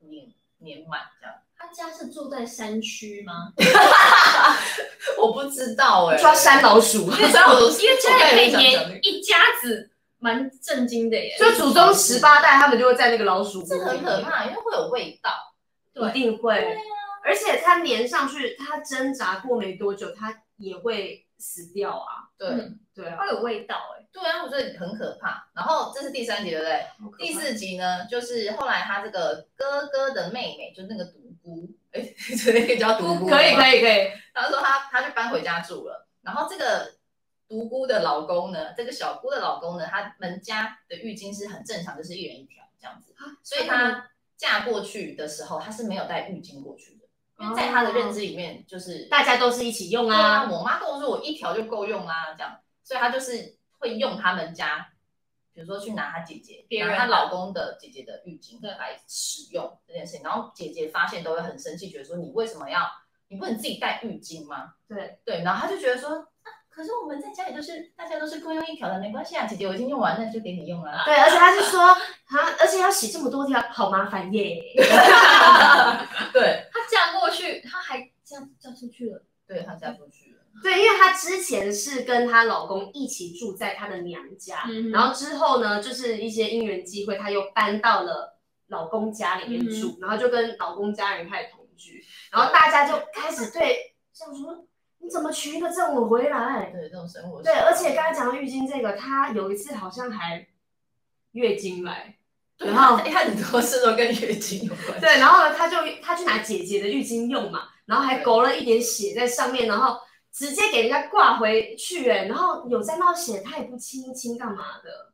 [SPEAKER 2] 粘粘满这样。
[SPEAKER 3] 他家是住在山区吗？
[SPEAKER 2] 我不知道哎、
[SPEAKER 1] 抓山老鼠，
[SPEAKER 2] 因为山老鼠
[SPEAKER 3] 因为家也可以粘
[SPEAKER 2] 粘，
[SPEAKER 3] 一家子，蛮震惊的耶。
[SPEAKER 1] 就祖宗十八代他们就会在那个老鼠
[SPEAKER 2] 这
[SPEAKER 1] 窝
[SPEAKER 2] 很
[SPEAKER 1] 里
[SPEAKER 2] 可
[SPEAKER 1] 面，
[SPEAKER 2] 怕，啊因为会有味道。
[SPEAKER 1] 一定会。而且它粘上去，它挣扎过没多久，它也会死掉啊。
[SPEAKER 2] 对、
[SPEAKER 3] 嗯
[SPEAKER 1] 对啊，
[SPEAKER 3] 会有味道哎。
[SPEAKER 2] 对啊，我觉得很可怕。然后这是第三集，对不对？
[SPEAKER 1] 好可怕
[SPEAKER 2] 第四集呢，就是后来他这个哥哥的妹妹，就是那个独孤，哎， 这个叫独孤，
[SPEAKER 1] 可以可以可以，
[SPEAKER 2] 他说他他就搬回家住了，然后这个独孤的老公呢，这个小姑的老公呢，他们家的浴巾是很正常，就是一人一条这样子，所以她嫁过去的时候，她是没有带浴巾过去的，
[SPEAKER 1] 哦
[SPEAKER 2] 因为在她的认知里面就是
[SPEAKER 1] 大家都是一起用
[SPEAKER 2] 对
[SPEAKER 1] 啊。
[SPEAKER 2] 啊，我妈跟我说我一条就够用啦、这样，所以她就是会用他们家，比如说去拿她姐姐，
[SPEAKER 3] 别人
[SPEAKER 2] 拿
[SPEAKER 3] 的
[SPEAKER 2] 她老公的姐姐的浴巾
[SPEAKER 3] 对
[SPEAKER 2] 来使用这件事情，然后姐姐发现都会很生气，觉得说你为什么要，你不能自己带浴巾吗？
[SPEAKER 1] 对
[SPEAKER 2] 对，然后她就觉得说。啊，可是我们在家里就是大家都是共用一条的，没关系啊，姐姐我已经用完了，就给你用 了。
[SPEAKER 1] 对，而且他是说，他而且要洗这么多条，好麻烦耶。
[SPEAKER 2] 对，
[SPEAKER 3] 她嫁过去，她还嫁嫁出去了。
[SPEAKER 2] 对，她嫁出去了。
[SPEAKER 1] 对，因为她之前是跟她老公一起住在她的娘家，
[SPEAKER 3] 嗯
[SPEAKER 1] 然后之后呢，就是一些因缘机会，她又搬到了老公家里面住，
[SPEAKER 2] 嗯
[SPEAKER 1] 然后就跟老公家人开始同居，然后大家就开始对想说，你怎么娶一个这种回来？
[SPEAKER 2] 对，这种生活。
[SPEAKER 1] 对，而且刚才讲到浴巾这个，她有一次好像还月经来，
[SPEAKER 2] 对，
[SPEAKER 1] 然后
[SPEAKER 2] 哎她她很多事都跟月经有关。
[SPEAKER 1] 对，然后呢，他就他去拿姐姐的浴巾用嘛，然后还
[SPEAKER 2] 对
[SPEAKER 1] 勾了一点血在上面，然后直接给人家挂回去，哎，然后有沾到血，他也不清一清干嘛的，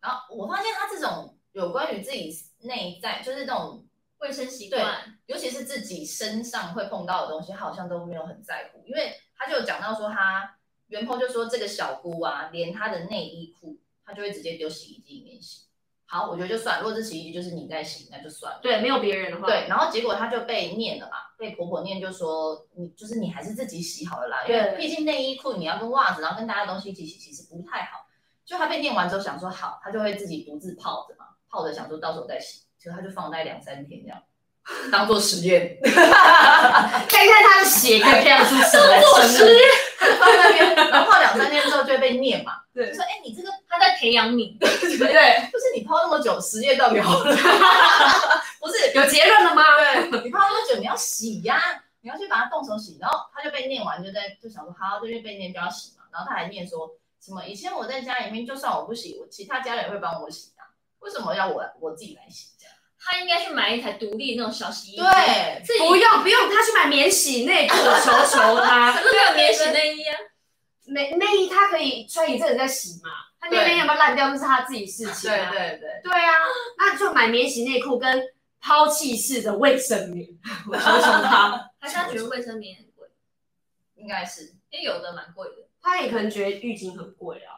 [SPEAKER 2] 然后我发现他这种有关于自己内在，就是那种，
[SPEAKER 3] 卫生习惯，
[SPEAKER 2] 尤其是自己身上会碰到的东西，他好像都没有很在乎，因为他就有讲到说他袁鹏就说这个小姑啊，连她的内衣裤，她就会直接丢洗衣机里面洗。好，我觉得就算了，如果这洗衣机就是你在洗，那就算了。
[SPEAKER 1] 对，没有别人的话，
[SPEAKER 2] 对，然后结果她就被念了嘛，被婆婆念就说你就是你还是自己洗好了啦，因为
[SPEAKER 1] 对
[SPEAKER 2] 毕竟内衣裤你要跟袜子，然后跟大家的东西一起洗，其实不太好。就她被念完之后想说好，她就会自己独自泡着嘛，泡着想说到时候再洗，结果她就放在两三天这样，当做实验，
[SPEAKER 1] 看看他的血可以培养出什么来生 命。
[SPEAKER 2] 放在那边，然后泡两三天之后就会被念嘛，
[SPEAKER 1] 对
[SPEAKER 2] 就说哎、你这个
[SPEAKER 3] 她在培养你。
[SPEAKER 1] 对，
[SPEAKER 2] 就是你泡那么久，实验到底好了？不是，
[SPEAKER 1] 有结论了吗？
[SPEAKER 2] 你泡那么久，你要洗呀、你要去把它动手洗。然后他就被念完，就在就想说，好，这边被念就要洗嘛。然后他还念说什么，以前我在家里面，就算我不洗，我其他家人会帮我洗啊，为什么要我我自己来洗这样？
[SPEAKER 3] 她应该去买一台独立那种小洗衣机，
[SPEAKER 2] 对，
[SPEAKER 3] 自己
[SPEAKER 1] 不用不用，他去买免洗内裤，我求求他
[SPEAKER 3] 可。是没有免洗内衣啊。
[SPEAKER 1] 内内衣他可以穿一阵子再洗嘛，他那边
[SPEAKER 2] 对
[SPEAKER 1] 要不要烂掉那是他自己事情、啊。
[SPEAKER 2] 对对对，
[SPEAKER 1] 对啊，那就买免洗内裤跟抛弃式的卫生棉，我求求他。
[SPEAKER 3] 还是她觉得卫生棉很贵，
[SPEAKER 2] 应该是。
[SPEAKER 3] 因为有的蛮贵的，
[SPEAKER 1] 他也可能觉得浴巾很贵啊，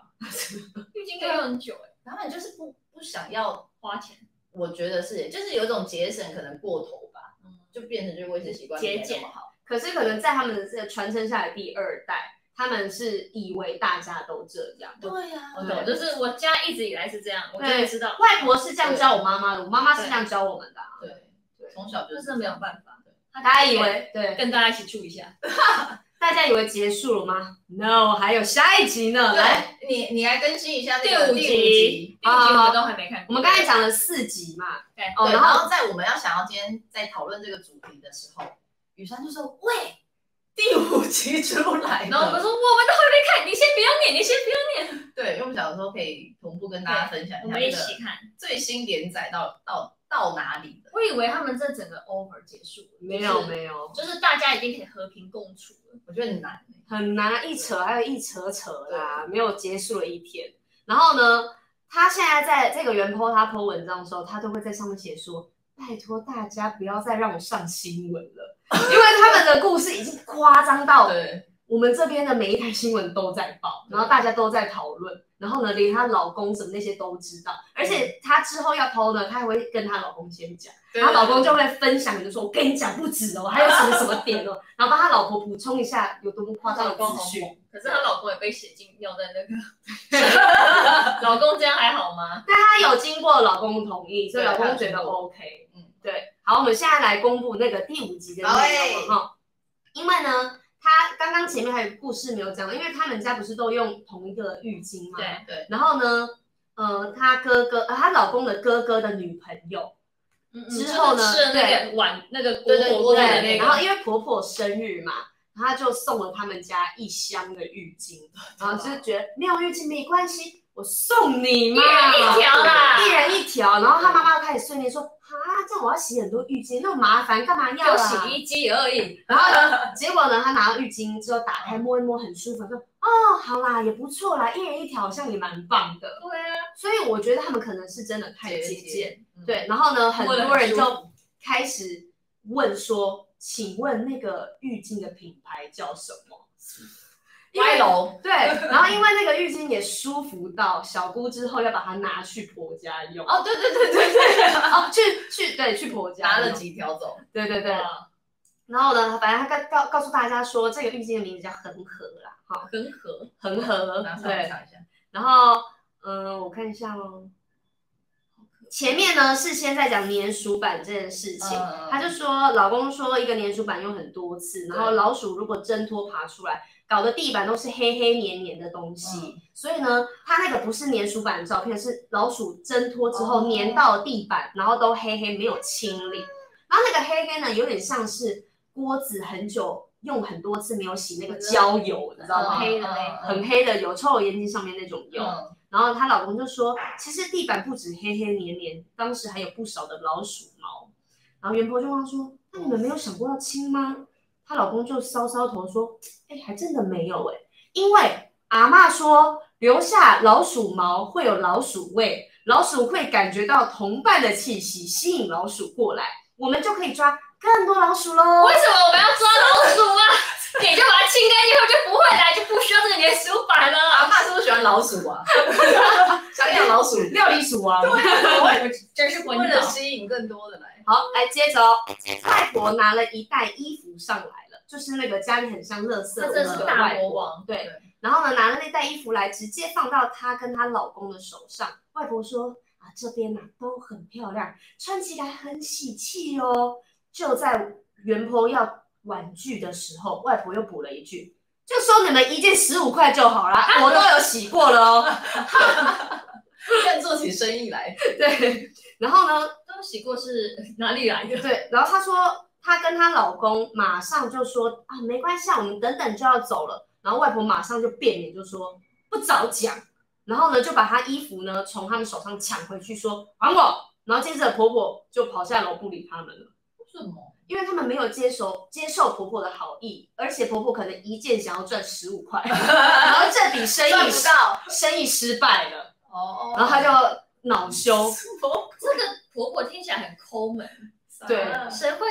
[SPEAKER 3] 浴巾可以用很久哎，
[SPEAKER 2] 然后你就是不不想要，
[SPEAKER 3] 花钱。
[SPEAKER 2] 我觉得是，就是有一种节省可能过头吧，就变成就是卫生习惯
[SPEAKER 3] 节
[SPEAKER 2] 没那
[SPEAKER 3] 俭
[SPEAKER 2] 么好。
[SPEAKER 1] 可是可能在他们的这个传承下来第二代，他们是以为大家都这样。
[SPEAKER 2] 对呀、
[SPEAKER 3] 我
[SPEAKER 2] 对，
[SPEAKER 3] 懂，哦就是我家一直以来是这样，我
[SPEAKER 1] 对
[SPEAKER 3] 就知道，
[SPEAKER 1] 外婆是这样教我妈妈的，我妈妈是这样教我们的啊、
[SPEAKER 2] 对，从小就
[SPEAKER 3] 这
[SPEAKER 2] 是
[SPEAKER 3] 真的没有办法。大
[SPEAKER 1] 大家以为对，
[SPEAKER 3] 跟大家一起住一下，
[SPEAKER 1] 大家以为结束了吗？No，还有下一集呢。来，
[SPEAKER 2] 对，你你来更新一下那
[SPEAKER 3] 第
[SPEAKER 2] 个
[SPEAKER 3] 五
[SPEAKER 2] 第
[SPEAKER 3] 集，第五集
[SPEAKER 1] 啊
[SPEAKER 3] 我都还没看过。
[SPEAKER 1] 我们刚才讲了四集嘛
[SPEAKER 3] 对，
[SPEAKER 1] 哦，
[SPEAKER 2] 对，然
[SPEAKER 1] 然后
[SPEAKER 2] 后在我们要想要今天在讨论这个主题的时候，雨珊就说：“喂，第五集出来了。”
[SPEAKER 3] 然后我们说我们都还没看，你先不要念，你先不要
[SPEAKER 2] 对，因为我们想说可以同步跟大家分享
[SPEAKER 3] 念，
[SPEAKER 2] 一下
[SPEAKER 3] 我们一
[SPEAKER 2] 这个
[SPEAKER 3] 起看。
[SPEAKER 2] 最新连载到到到哪里了。
[SPEAKER 3] 我以为他们这整个 over 结束了，
[SPEAKER 1] 没
[SPEAKER 3] 就
[SPEAKER 1] 有
[SPEAKER 3] 是，
[SPEAKER 1] 没有，
[SPEAKER 3] 就是大家已经可以和平共处了。
[SPEAKER 2] 我觉得很难欸、
[SPEAKER 1] 很难，啊一扯还有一扯扯啦，没有结束的一天。然后呢，他现在在这个原 po 他 po 文章的时候，他都会在上面写说：“拜托大家不要再让我上新闻了， 因为他们的故事已经夸张到
[SPEAKER 2] 对
[SPEAKER 1] 我们这边的每一台新闻都在报，
[SPEAKER 2] 对
[SPEAKER 1] 然后大家都在讨论，然后
[SPEAKER 2] 嗯
[SPEAKER 1] 呢，连她老公什么那些都知道，而且她之后要 po 呢，她还会跟她老公先讲，然后老公就会分享，就说我跟你讲不止哦，还有什么什么点 哦，然后帮她老婆补充一下有多么夸张的资讯。
[SPEAKER 3] 可是她老公也被写进尿在那个， 老公这样还好吗？
[SPEAKER 1] 但她有经过老公同意，所以
[SPEAKER 2] 对
[SPEAKER 1] 老
[SPEAKER 2] 她
[SPEAKER 1] 公
[SPEAKER 2] 有
[SPEAKER 1] 觉得
[SPEAKER 2] 经过
[SPEAKER 1] OK。嗯
[SPEAKER 2] 嗯，
[SPEAKER 1] 对。好，我们现在来公布那个第五集的
[SPEAKER 2] 好
[SPEAKER 1] 内容
[SPEAKER 2] 欸
[SPEAKER 1] 了哈。因为呢，她刚刚前面还有一个故事没有讲，因为他们家不是都用同一个浴巾嘛。
[SPEAKER 3] 对。
[SPEAKER 2] 对，
[SPEAKER 1] 然后呢，呃，她哥哥，呃她老公的哥哥的女朋友，
[SPEAKER 3] 嗯
[SPEAKER 1] 之后呢
[SPEAKER 3] 就是吃了那个碗，那个锅
[SPEAKER 2] 对对
[SPEAKER 3] 锅
[SPEAKER 2] 锅
[SPEAKER 3] 的
[SPEAKER 2] 子
[SPEAKER 3] 那
[SPEAKER 2] 对
[SPEAKER 3] 个，
[SPEAKER 1] 然后因为婆婆生日嘛，然后她就送了他们家一箱的浴 巾，然后就是觉得没有浴巾没关系，我送你
[SPEAKER 3] 一
[SPEAKER 1] 嘛。
[SPEAKER 3] 人一条啦，
[SPEAKER 1] 一人一条，然后他妈妈开始碎念说：“啊，这样我要洗很多浴巾，那么麻烦，干嘛要
[SPEAKER 3] 有
[SPEAKER 1] 啊？”
[SPEAKER 3] 洗衣机而已，
[SPEAKER 1] 然后呢， 结果呢，他拿到浴巾之后打开摸一摸，很舒服，说：“哦，好啦，也不错啦，一人一条好像也蛮棒的。
[SPEAKER 3] 对啊，”
[SPEAKER 1] 所以我觉得他们可能是真的太节
[SPEAKER 2] 节
[SPEAKER 1] 俭，
[SPEAKER 2] 俭，嗯，
[SPEAKER 1] 对。然后呢，很
[SPEAKER 3] 摸得
[SPEAKER 1] 多人
[SPEAKER 3] 很舒
[SPEAKER 1] 就开始问说：“请问那个浴巾的品牌叫什 么？”因
[SPEAKER 2] 歪
[SPEAKER 1] 为
[SPEAKER 2] 楼，
[SPEAKER 1] 对，然后因为那个浴巾也舒服到小姑之后要把它拿去婆家用。
[SPEAKER 2] 哦，对对对对对，
[SPEAKER 1] 哦，去去对去婆家
[SPEAKER 2] 拿了嗯
[SPEAKER 1] 那种
[SPEAKER 2] 几条走，
[SPEAKER 1] 对对对。
[SPEAKER 3] 哇
[SPEAKER 1] 然后呢，反正他告告告诉大家说，这个浴巾的名字叫恒河啦，哈，
[SPEAKER 3] 很合，
[SPEAKER 1] 恒河
[SPEAKER 2] 拿上来
[SPEAKER 1] 对。
[SPEAKER 2] 看一下，
[SPEAKER 1] 然后嗯、呃我看一下哦。前面呢是先在讲粘鼠板这件事情，
[SPEAKER 2] 嗯
[SPEAKER 1] 他就说老公说一个粘鼠板用很多次，然后老鼠如果挣脱爬出来，搞得地板都是黑黑黏黏的东西，
[SPEAKER 2] 嗯
[SPEAKER 1] 所以呢，他那个不是粘鼠板的照片，是老鼠挣脱之后
[SPEAKER 2] 哦
[SPEAKER 1] 粘到地板，然后都黑黑没有清理。然后那个黑黑呢，有点像是锅子很久用很多次没有洗那个焦油，你知道
[SPEAKER 3] 很
[SPEAKER 1] 吗？
[SPEAKER 3] 黑的嘞
[SPEAKER 2] 嗯，
[SPEAKER 1] 很黑的有臭眼睛上面那种油。
[SPEAKER 2] 嗯
[SPEAKER 1] 然后她老公就说，其实地板不止黑黑黏黏，当时还有不少的老鼠毛。然后袁博就问她说，那你们没有想过要清吗？她老公就搔搔头说，哎，还真的没有哎、因为阿嬷说留下老鼠毛会有老鼠味，老鼠会感觉到同伴的气息，吸引老鼠过来，我们就可以抓更多老鼠喽
[SPEAKER 3] 为。什么我们要抓老鼠啊？ 你就把它清干净后就不会来，就不需要这个粘鼠板
[SPEAKER 2] 阿
[SPEAKER 3] 了。
[SPEAKER 2] 爸是不是喜欢老鼠啊？想养老鼠，
[SPEAKER 1] 料理鼠王。
[SPEAKER 3] 我真是昏
[SPEAKER 2] 为了
[SPEAKER 3] 倒。
[SPEAKER 2] 吸引更多的来，
[SPEAKER 1] 好，来接着哦。外婆拿了一袋衣服上来了，就是那个家里很像垃圾
[SPEAKER 3] 她
[SPEAKER 1] 屋
[SPEAKER 3] 真的
[SPEAKER 1] 的
[SPEAKER 3] 是大
[SPEAKER 1] 外
[SPEAKER 3] 魔
[SPEAKER 1] 婆。
[SPEAKER 3] 王，
[SPEAKER 1] 对
[SPEAKER 2] 对，
[SPEAKER 1] 然后呢，拿了那袋衣服来，直接放到她跟她老公的手上。外婆说：“啊，这边呐、都很漂亮，穿起来很喜气哦。”就在袁婆要婉拒的时候，外婆又补了一句：“就收你们一件十五块就 好啦，我都有洗过了哦。
[SPEAKER 2] 更做起生意来，”
[SPEAKER 1] 对，然后呢，
[SPEAKER 3] 都洗过是哪里来的？
[SPEAKER 1] 对，然后她说她跟她老公马上就说啊，没关系啊，我们等等就要走了。然后外婆马上就变脸，就说不早讲。然后呢，就把她衣服呢从他们手上抢回去，说还我。然后接着婆婆就跑下楼不理他们了，
[SPEAKER 2] 为什么？
[SPEAKER 1] 因为他们没有接受接受婆婆的好意，而且婆婆可能一件想要赚十五 块，然后这笔生
[SPEAKER 2] 赚
[SPEAKER 1] 意
[SPEAKER 2] 不到
[SPEAKER 1] 生意失败了，
[SPEAKER 2] 哦，
[SPEAKER 1] 然后她就恼
[SPEAKER 2] 嗯
[SPEAKER 1] 羞。
[SPEAKER 3] 这个婆婆听起来很抠门，啊
[SPEAKER 1] 对
[SPEAKER 3] 谁会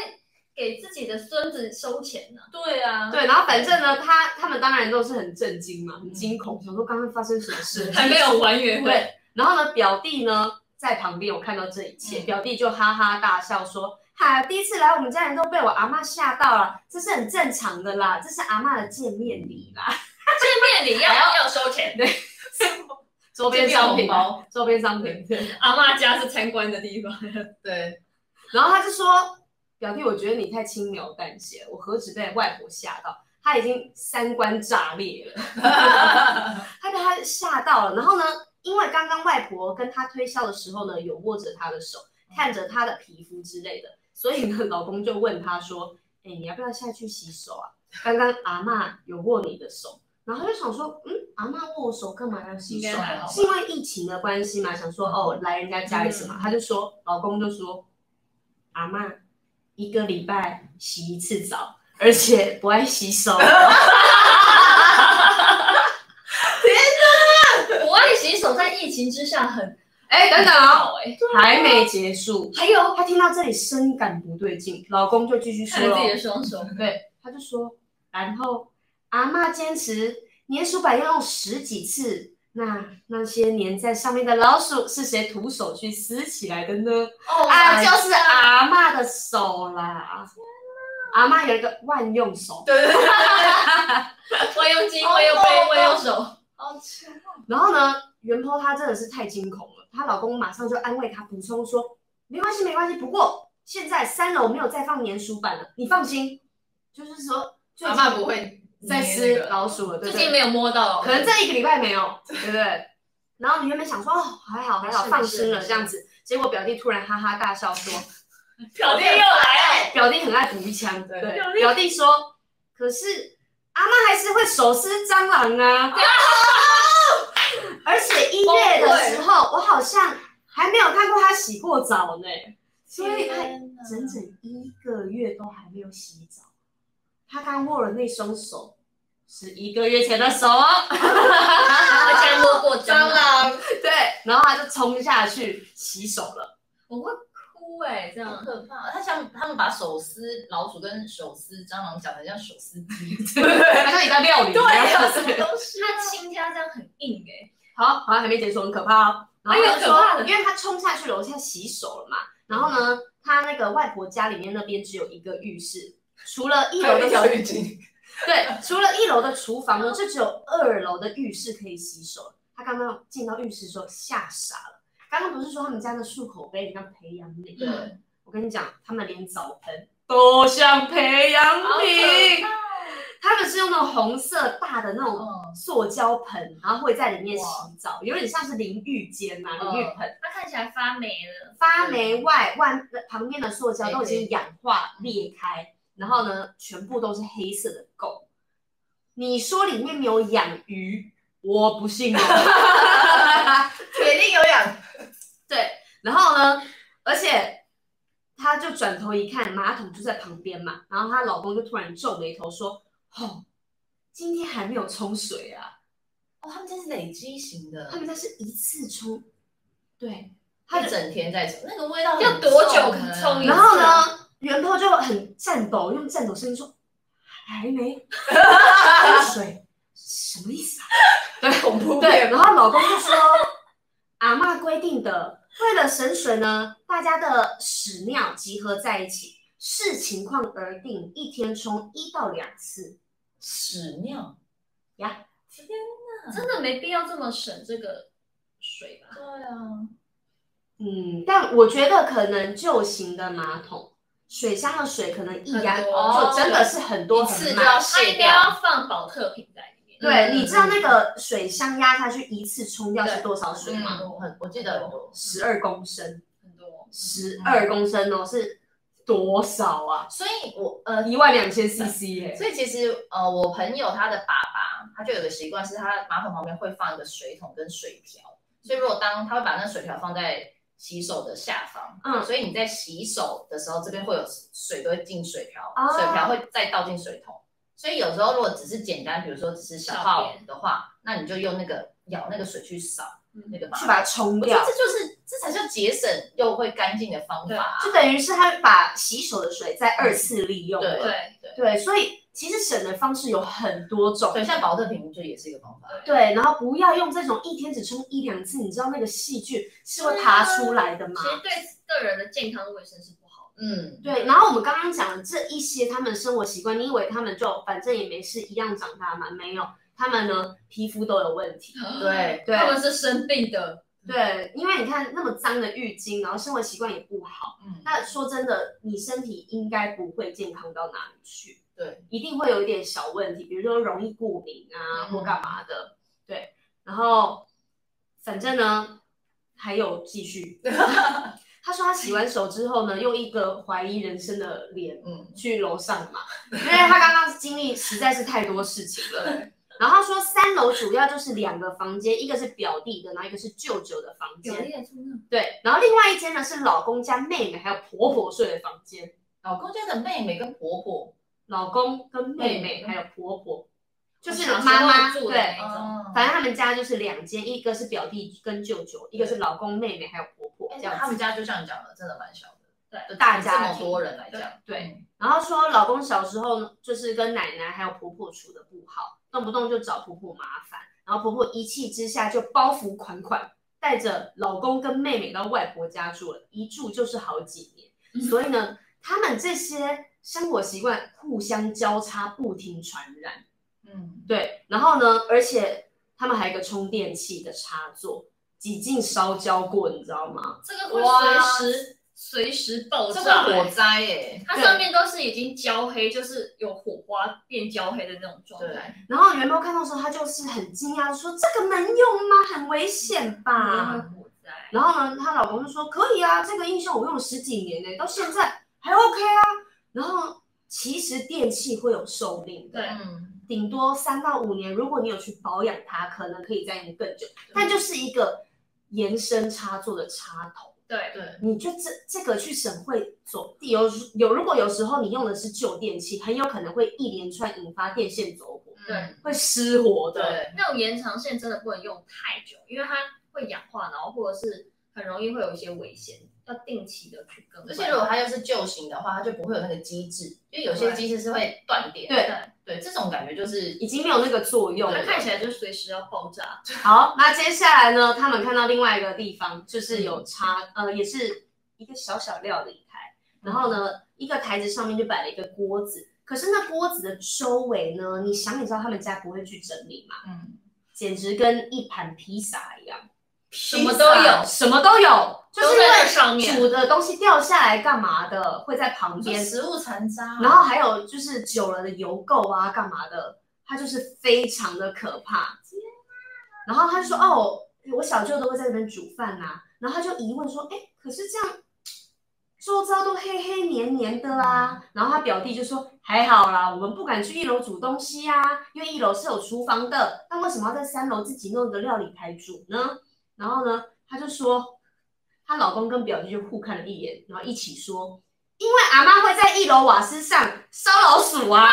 [SPEAKER 3] 给自己的孙子收钱呢？
[SPEAKER 2] 对啊，
[SPEAKER 1] 对，然后反正呢，他他们当然都是很震惊嘛，很惊
[SPEAKER 2] 嗯
[SPEAKER 1] 恐，想说刚刚发生什么事。
[SPEAKER 3] 还没有还原回，
[SPEAKER 1] 对，然后呢，表弟呢在旁边，我看到这一切，
[SPEAKER 2] 嗯
[SPEAKER 1] 表弟就哈哈大笑说：“哈，第一次来我们家人都被我阿嬷吓到了，这是很正常的啦，这是阿嬷的见面礼啦，
[SPEAKER 3] 见面礼要要收钱。
[SPEAKER 1] 周
[SPEAKER 2] 这
[SPEAKER 1] 边
[SPEAKER 2] 边
[SPEAKER 1] 商
[SPEAKER 2] 红
[SPEAKER 1] 品，
[SPEAKER 2] 包，
[SPEAKER 1] 周边商品。”对，
[SPEAKER 3] 阿妈家是参观的地方，
[SPEAKER 2] 对，
[SPEAKER 1] 然后他就说：“表弟，我觉得你太轻描淡写，我何止被外婆吓到，他已经三观炸裂了。” 他被他吓到了。然后呢，因为刚刚外婆跟他推销的时候呢，有握着他的手，看着他的皮肤之类的，所以呢，老公就问他说：“哎、你要不要下去洗手啊？刚刚阿嬷有握你的手。”然后他就想说：“嗯，阿嬷握我手干嘛要洗
[SPEAKER 3] 应
[SPEAKER 1] 手
[SPEAKER 3] 该还好？吧
[SPEAKER 1] 是因为疫情的关系嘛？想说哦，来人家家里什么？”
[SPEAKER 3] 嗯
[SPEAKER 1] 他就说，老公就说：“阿嬷一个礼拜洗一次澡，而且不爱洗手。”哦
[SPEAKER 3] 不爱洗手，在疫情之下很
[SPEAKER 1] 哎，等等啊、
[SPEAKER 3] 好哎。
[SPEAKER 1] 还没结束。
[SPEAKER 3] 还有
[SPEAKER 1] 她听到这里深感不对劲，老公就继续说
[SPEAKER 3] 看
[SPEAKER 1] 了
[SPEAKER 3] 自己，的双手，
[SPEAKER 1] 对，他就说，然后阿嬷坚持粘鼠板要用十几次，那那些粘在上面的老鼠是谁徒手去撕起来的呢？
[SPEAKER 2] 哦
[SPEAKER 1] 啊，就是阿嬷的手啦。阿嬷有一个万用手，
[SPEAKER 2] 对对对，
[SPEAKER 3] 我用筋，我用背，我用手，
[SPEAKER 2] 好强哦，
[SPEAKER 1] 然后呢，袁坡她真的是太惊恐了，她老公马上就安慰她，补充说：“没关系，没关系。不过现在三楼没有再放粘鼠板了，你放心。”就是说，最
[SPEAKER 2] 阿
[SPEAKER 1] 近
[SPEAKER 2] 妈不 会
[SPEAKER 1] 在
[SPEAKER 2] 捏
[SPEAKER 1] 撕
[SPEAKER 2] 那个
[SPEAKER 1] 老鼠了，对
[SPEAKER 3] 最
[SPEAKER 1] 不
[SPEAKER 3] 近
[SPEAKER 1] 对？
[SPEAKER 3] 没有摸到，
[SPEAKER 1] 可能这一个礼拜没有，对不对？然后你原本想说哦，还好还好，
[SPEAKER 2] 没事
[SPEAKER 1] 放心了
[SPEAKER 2] 没事
[SPEAKER 1] 这样子，结果表弟突然哈哈大笑说，
[SPEAKER 3] 表弟又来了，
[SPEAKER 2] 哎，
[SPEAKER 1] 表弟很爱补一枪，
[SPEAKER 2] 对
[SPEAKER 1] 对
[SPEAKER 3] 表，弟
[SPEAKER 1] 表弟说，可是阿妈还是会手撕蟑螂啊，而且一月的时候，我好像还没有看过他洗过澡呢，所以他
[SPEAKER 2] 天哪
[SPEAKER 1] 整整一个月都还没有洗澡。他刚握了那双手，是一个月前的手哦。
[SPEAKER 3] 而且还摸过蟑
[SPEAKER 2] 蟑
[SPEAKER 3] 螂，
[SPEAKER 2] 螂，
[SPEAKER 1] 对，然后他就冲下去洗手了。
[SPEAKER 3] 我会哭哎，这
[SPEAKER 2] 好
[SPEAKER 3] 样
[SPEAKER 2] 可怕！他想他们把手撕老鼠跟手撕蟑螂讲的像手撕 鸡，啊
[SPEAKER 1] 好像你在料 理一样。
[SPEAKER 2] 东西
[SPEAKER 3] 他亲家这样很硬哎，
[SPEAKER 1] 好，好像还没结束，很可怕哦。然后
[SPEAKER 3] 哎呦
[SPEAKER 1] 他就说
[SPEAKER 3] 可怕了
[SPEAKER 1] 因为他冲下去楼下洗手了嘛。然后呢，他那个外婆家里面那边只有一个浴室，除了一楼的厨
[SPEAKER 2] 浴巾，
[SPEAKER 1] 对，除了一楼的厨房呢，就只有二楼的浴室可以洗手。他刚刚进到浴室的时候吓傻了。刚刚不是说他们家的漱口杯很像培养皿？
[SPEAKER 2] 对，
[SPEAKER 1] 我跟你讲，他们连澡盆都像培养
[SPEAKER 2] 好
[SPEAKER 1] 皿
[SPEAKER 2] 可。怕
[SPEAKER 1] 他们是用那种红色大的那种
[SPEAKER 2] 嗯，
[SPEAKER 1] 塑胶盆，然后会在里面洗
[SPEAKER 2] 哇
[SPEAKER 1] 澡，有点像是淋浴间嘛，
[SPEAKER 2] 嗯
[SPEAKER 1] 淋浴盆。
[SPEAKER 3] 他看起来发霉了，
[SPEAKER 1] 发霉外外旁边的塑胶都已经氧化裂开，然后呢，全部都是黑色的垢。你说里面没有养鱼，我不信哦。
[SPEAKER 2] 铁定有氧，
[SPEAKER 1] 对，然后呢，而且她就转头一看，马桶就在旁边嘛，然后她老公就突然皱眉头说：“哦，今天还没有冲水啊。”
[SPEAKER 2] 哦，他们家是累积型的，
[SPEAKER 1] 他们家是一次冲，对，他
[SPEAKER 2] 一
[SPEAKER 1] 就
[SPEAKER 2] 整天在冲，那个味道很
[SPEAKER 3] 要多久
[SPEAKER 2] 重
[SPEAKER 3] 可
[SPEAKER 2] 啊
[SPEAKER 3] 冲一
[SPEAKER 1] 然后呢，袁抛就很颤抖，用颤抖声音说：“还没 冲水，什么意思啊
[SPEAKER 2] 恐？”怖
[SPEAKER 1] 对，
[SPEAKER 2] 片
[SPEAKER 1] 然后老公就说：“阿嬷规定的，为了省水呢，大家的屎尿集合在一起，视情况而定，一天冲一到两次。
[SPEAKER 2] 屎尿
[SPEAKER 1] 呀，
[SPEAKER 2] 天嗯
[SPEAKER 3] 真的没必要这么省这个水吧？
[SPEAKER 2] 对啊，”
[SPEAKER 1] 嗯，但我觉得可能旧型的马桶。水箱的水可能一压
[SPEAKER 3] 很
[SPEAKER 2] 多
[SPEAKER 1] 就真的是很多
[SPEAKER 2] 一
[SPEAKER 1] 很
[SPEAKER 2] 次就
[SPEAKER 1] 慢
[SPEAKER 2] 要
[SPEAKER 3] 他
[SPEAKER 2] 卸
[SPEAKER 3] 应该要
[SPEAKER 2] 掉，
[SPEAKER 3] 放保特瓶在里面。
[SPEAKER 1] 对，
[SPEAKER 2] 嗯
[SPEAKER 1] 你知道那个水箱压下去一次冲掉是多少水
[SPEAKER 2] 嗯
[SPEAKER 1] 吗？
[SPEAKER 2] 很我记得很多，
[SPEAKER 1] 十二公升，
[SPEAKER 3] 很多，
[SPEAKER 1] 十二公升哦，是多少啊？
[SPEAKER 2] 所以我呃
[SPEAKER 1] 一万两千 CC 耶！
[SPEAKER 2] 所以其实呃，我朋友他的爸爸，他就有个习惯，是他马桶旁边会放一个水桶跟水瓢，所以如果当他会把那水瓢放在洗手的下方，
[SPEAKER 1] 嗯
[SPEAKER 2] 所以你在洗手的时候，这边会有水都会进水瓢，
[SPEAKER 1] 哦
[SPEAKER 2] 水瓢会再倒进水桶，所以有时候如果只是简单，比如说只是小
[SPEAKER 3] 小
[SPEAKER 2] 号
[SPEAKER 3] 便
[SPEAKER 2] 的话，那你就用那个舀那个水去扫
[SPEAKER 3] 嗯
[SPEAKER 2] 那个马
[SPEAKER 1] 去
[SPEAKER 2] 桶，
[SPEAKER 1] 把它冲
[SPEAKER 2] 我觉得
[SPEAKER 1] 掉，
[SPEAKER 2] 这就是这才叫节省又会干净的方法啊，
[SPEAKER 1] 就等于是他把洗手的水再二次利用了。
[SPEAKER 3] 对，
[SPEAKER 1] 对，所以其实省的方式有很多种。
[SPEAKER 2] 对，像保特瓶就也是一个方法。
[SPEAKER 1] 对，然后不要用这种一天只冲一两次，你知道那个细菌是会爬出来的吗
[SPEAKER 3] 其？实对个人的健康卫生是不好的。
[SPEAKER 2] 嗯，
[SPEAKER 1] 对，然后我们刚刚讲的这一些他们生活习惯，你以为他们就反正也没事一样长大吗？没有，他们呢皮肤都有问题。
[SPEAKER 2] 对，
[SPEAKER 1] 对
[SPEAKER 3] 他们是生病的，
[SPEAKER 1] 对，因为你看那么脏的浴巾，然后生活习惯也不好，
[SPEAKER 2] 嗯，
[SPEAKER 1] 那说真的，你身体应该不会健康到哪里去，
[SPEAKER 2] 对。
[SPEAKER 1] 一定会有一点小问题，比如说容易过敏啊
[SPEAKER 2] 嗯
[SPEAKER 1] 或干嘛的。对，然后反正呢还有继 续。他说他洗完手之后呢，用一个怀疑人生的脸
[SPEAKER 2] 嗯，
[SPEAKER 1] 去楼上嘛，因为他刚刚经历实在是太多事情了。然后他说三楼主要就是两个房间，一个是表弟的，然后一个是舅舅的房
[SPEAKER 3] 有
[SPEAKER 1] 间，
[SPEAKER 3] 列出那
[SPEAKER 1] 对。然后另外一间呢是老公加妹妹还有婆婆睡的房间，
[SPEAKER 2] 老公家的妹妹跟婆婆，
[SPEAKER 1] 老公跟妹妹还有婆婆，就是
[SPEAKER 3] 小时候
[SPEAKER 1] 妈妈
[SPEAKER 3] 住的
[SPEAKER 1] 对
[SPEAKER 3] 那，种，
[SPEAKER 2] 哦哎
[SPEAKER 1] 反正他们家就是两间，一个是表弟跟舅舅，一个是老公妹妹还有婆婆
[SPEAKER 2] 哎
[SPEAKER 1] 这
[SPEAKER 2] 那
[SPEAKER 1] 样
[SPEAKER 2] 他
[SPEAKER 1] 子
[SPEAKER 2] 们。家就像你讲的，真的蛮小的，
[SPEAKER 3] 对
[SPEAKER 2] 就
[SPEAKER 1] 大
[SPEAKER 2] 这
[SPEAKER 1] 家
[SPEAKER 2] 么
[SPEAKER 1] 庭
[SPEAKER 2] 多人来讲，
[SPEAKER 1] 对然后说老公小时候呢，就是跟奶奶还有婆婆处的不好，动不动就找婆婆麻烦，然然后婆婆一气之下就包袱款款，带着老公跟妹妹到外婆家住了，一住就是好几年。
[SPEAKER 3] 嗯
[SPEAKER 1] 所以呢，他们这些生活习惯互相交叉，不停传染。
[SPEAKER 2] 嗯，
[SPEAKER 1] 对，然后呢，而且他们还有一个充电器的插座，几近烧焦过，你知道吗？
[SPEAKER 3] 这个会
[SPEAKER 2] 哇
[SPEAKER 3] 随时随时爆
[SPEAKER 2] 这
[SPEAKER 3] 炸、
[SPEAKER 2] 个
[SPEAKER 3] 欸
[SPEAKER 2] 火灾耶，
[SPEAKER 3] 它上面都是已经焦黑，就是有火花变焦黑的那种状态。
[SPEAKER 1] 然后元猫看到的时候，他就是很惊讶，说这个能用吗？很危险吧？
[SPEAKER 2] 啊
[SPEAKER 3] 会火灾。
[SPEAKER 1] 然后呢，她老公就说可以啊，这个音效我用了十几年呢、到现在还 OK 啊。然后其实电器会有寿命的，
[SPEAKER 3] 对
[SPEAKER 2] 嗯，
[SPEAKER 1] 顶多三到五年，如果你有去保养它，可能可以再用更久。但就是一个延伸插座的插头。
[SPEAKER 3] 对，
[SPEAKER 2] 对，
[SPEAKER 1] 你就这这个去省会走地有时有，如果有时候你用的是旧电器，很有可能会一连串引发电线走火，
[SPEAKER 3] 对
[SPEAKER 1] 会失火的。
[SPEAKER 2] 嗯对，
[SPEAKER 3] 那种延长线真的不能用太久，因为它会氧化，然后或者是很容易会有一些危险，要定期的去更换。
[SPEAKER 2] 而且如果它又是旧型的话，它就不会有那个机制，因为有些机制是会断电。
[SPEAKER 1] 对
[SPEAKER 2] 对，这种感觉就是
[SPEAKER 1] 已经没有那个作用
[SPEAKER 3] 它
[SPEAKER 1] 了。
[SPEAKER 3] 看起来就随时要爆炸。
[SPEAKER 1] 好，那接下来呢？他们看到另外一个地方，
[SPEAKER 3] 嗯
[SPEAKER 1] 就是有插，呃，也是一个小小料理台，然后呢，
[SPEAKER 3] 嗯
[SPEAKER 1] 一个台子上面就摆了一个锅子，可是那锅子的周围呢，你想你知道他们家不会去整理吗？
[SPEAKER 2] 嗯，
[SPEAKER 1] 简直跟一盘披萨一样。
[SPEAKER 3] 什么都有，
[SPEAKER 1] 什么都有，就
[SPEAKER 3] 都
[SPEAKER 1] 是
[SPEAKER 3] 在那
[SPEAKER 1] 因
[SPEAKER 3] 上
[SPEAKER 1] 为
[SPEAKER 3] 面
[SPEAKER 1] 煮的东西掉下来干嘛的，会在旁
[SPEAKER 2] 就
[SPEAKER 1] 边。
[SPEAKER 2] 食物残渣，
[SPEAKER 1] 然后还有就是久了的油垢啊，干嘛的，它就是非常的可怕。然后他就说：“哦，我小舅都会在那边煮饭呐、然后他就疑问说：“哎，可是这样周遭都黑黑黏黏的啊。”然后他表弟就说：“还好啦，我们不敢去一楼煮东西啊，因为一楼是有厨房的，那为什么要在三楼自己弄一个料理台煮呢？”然后呢，他就说，她老公跟表弟就互看了一眼，然后一起说：“因为阿妈会在一楼瓦斯上烧老鼠啊。”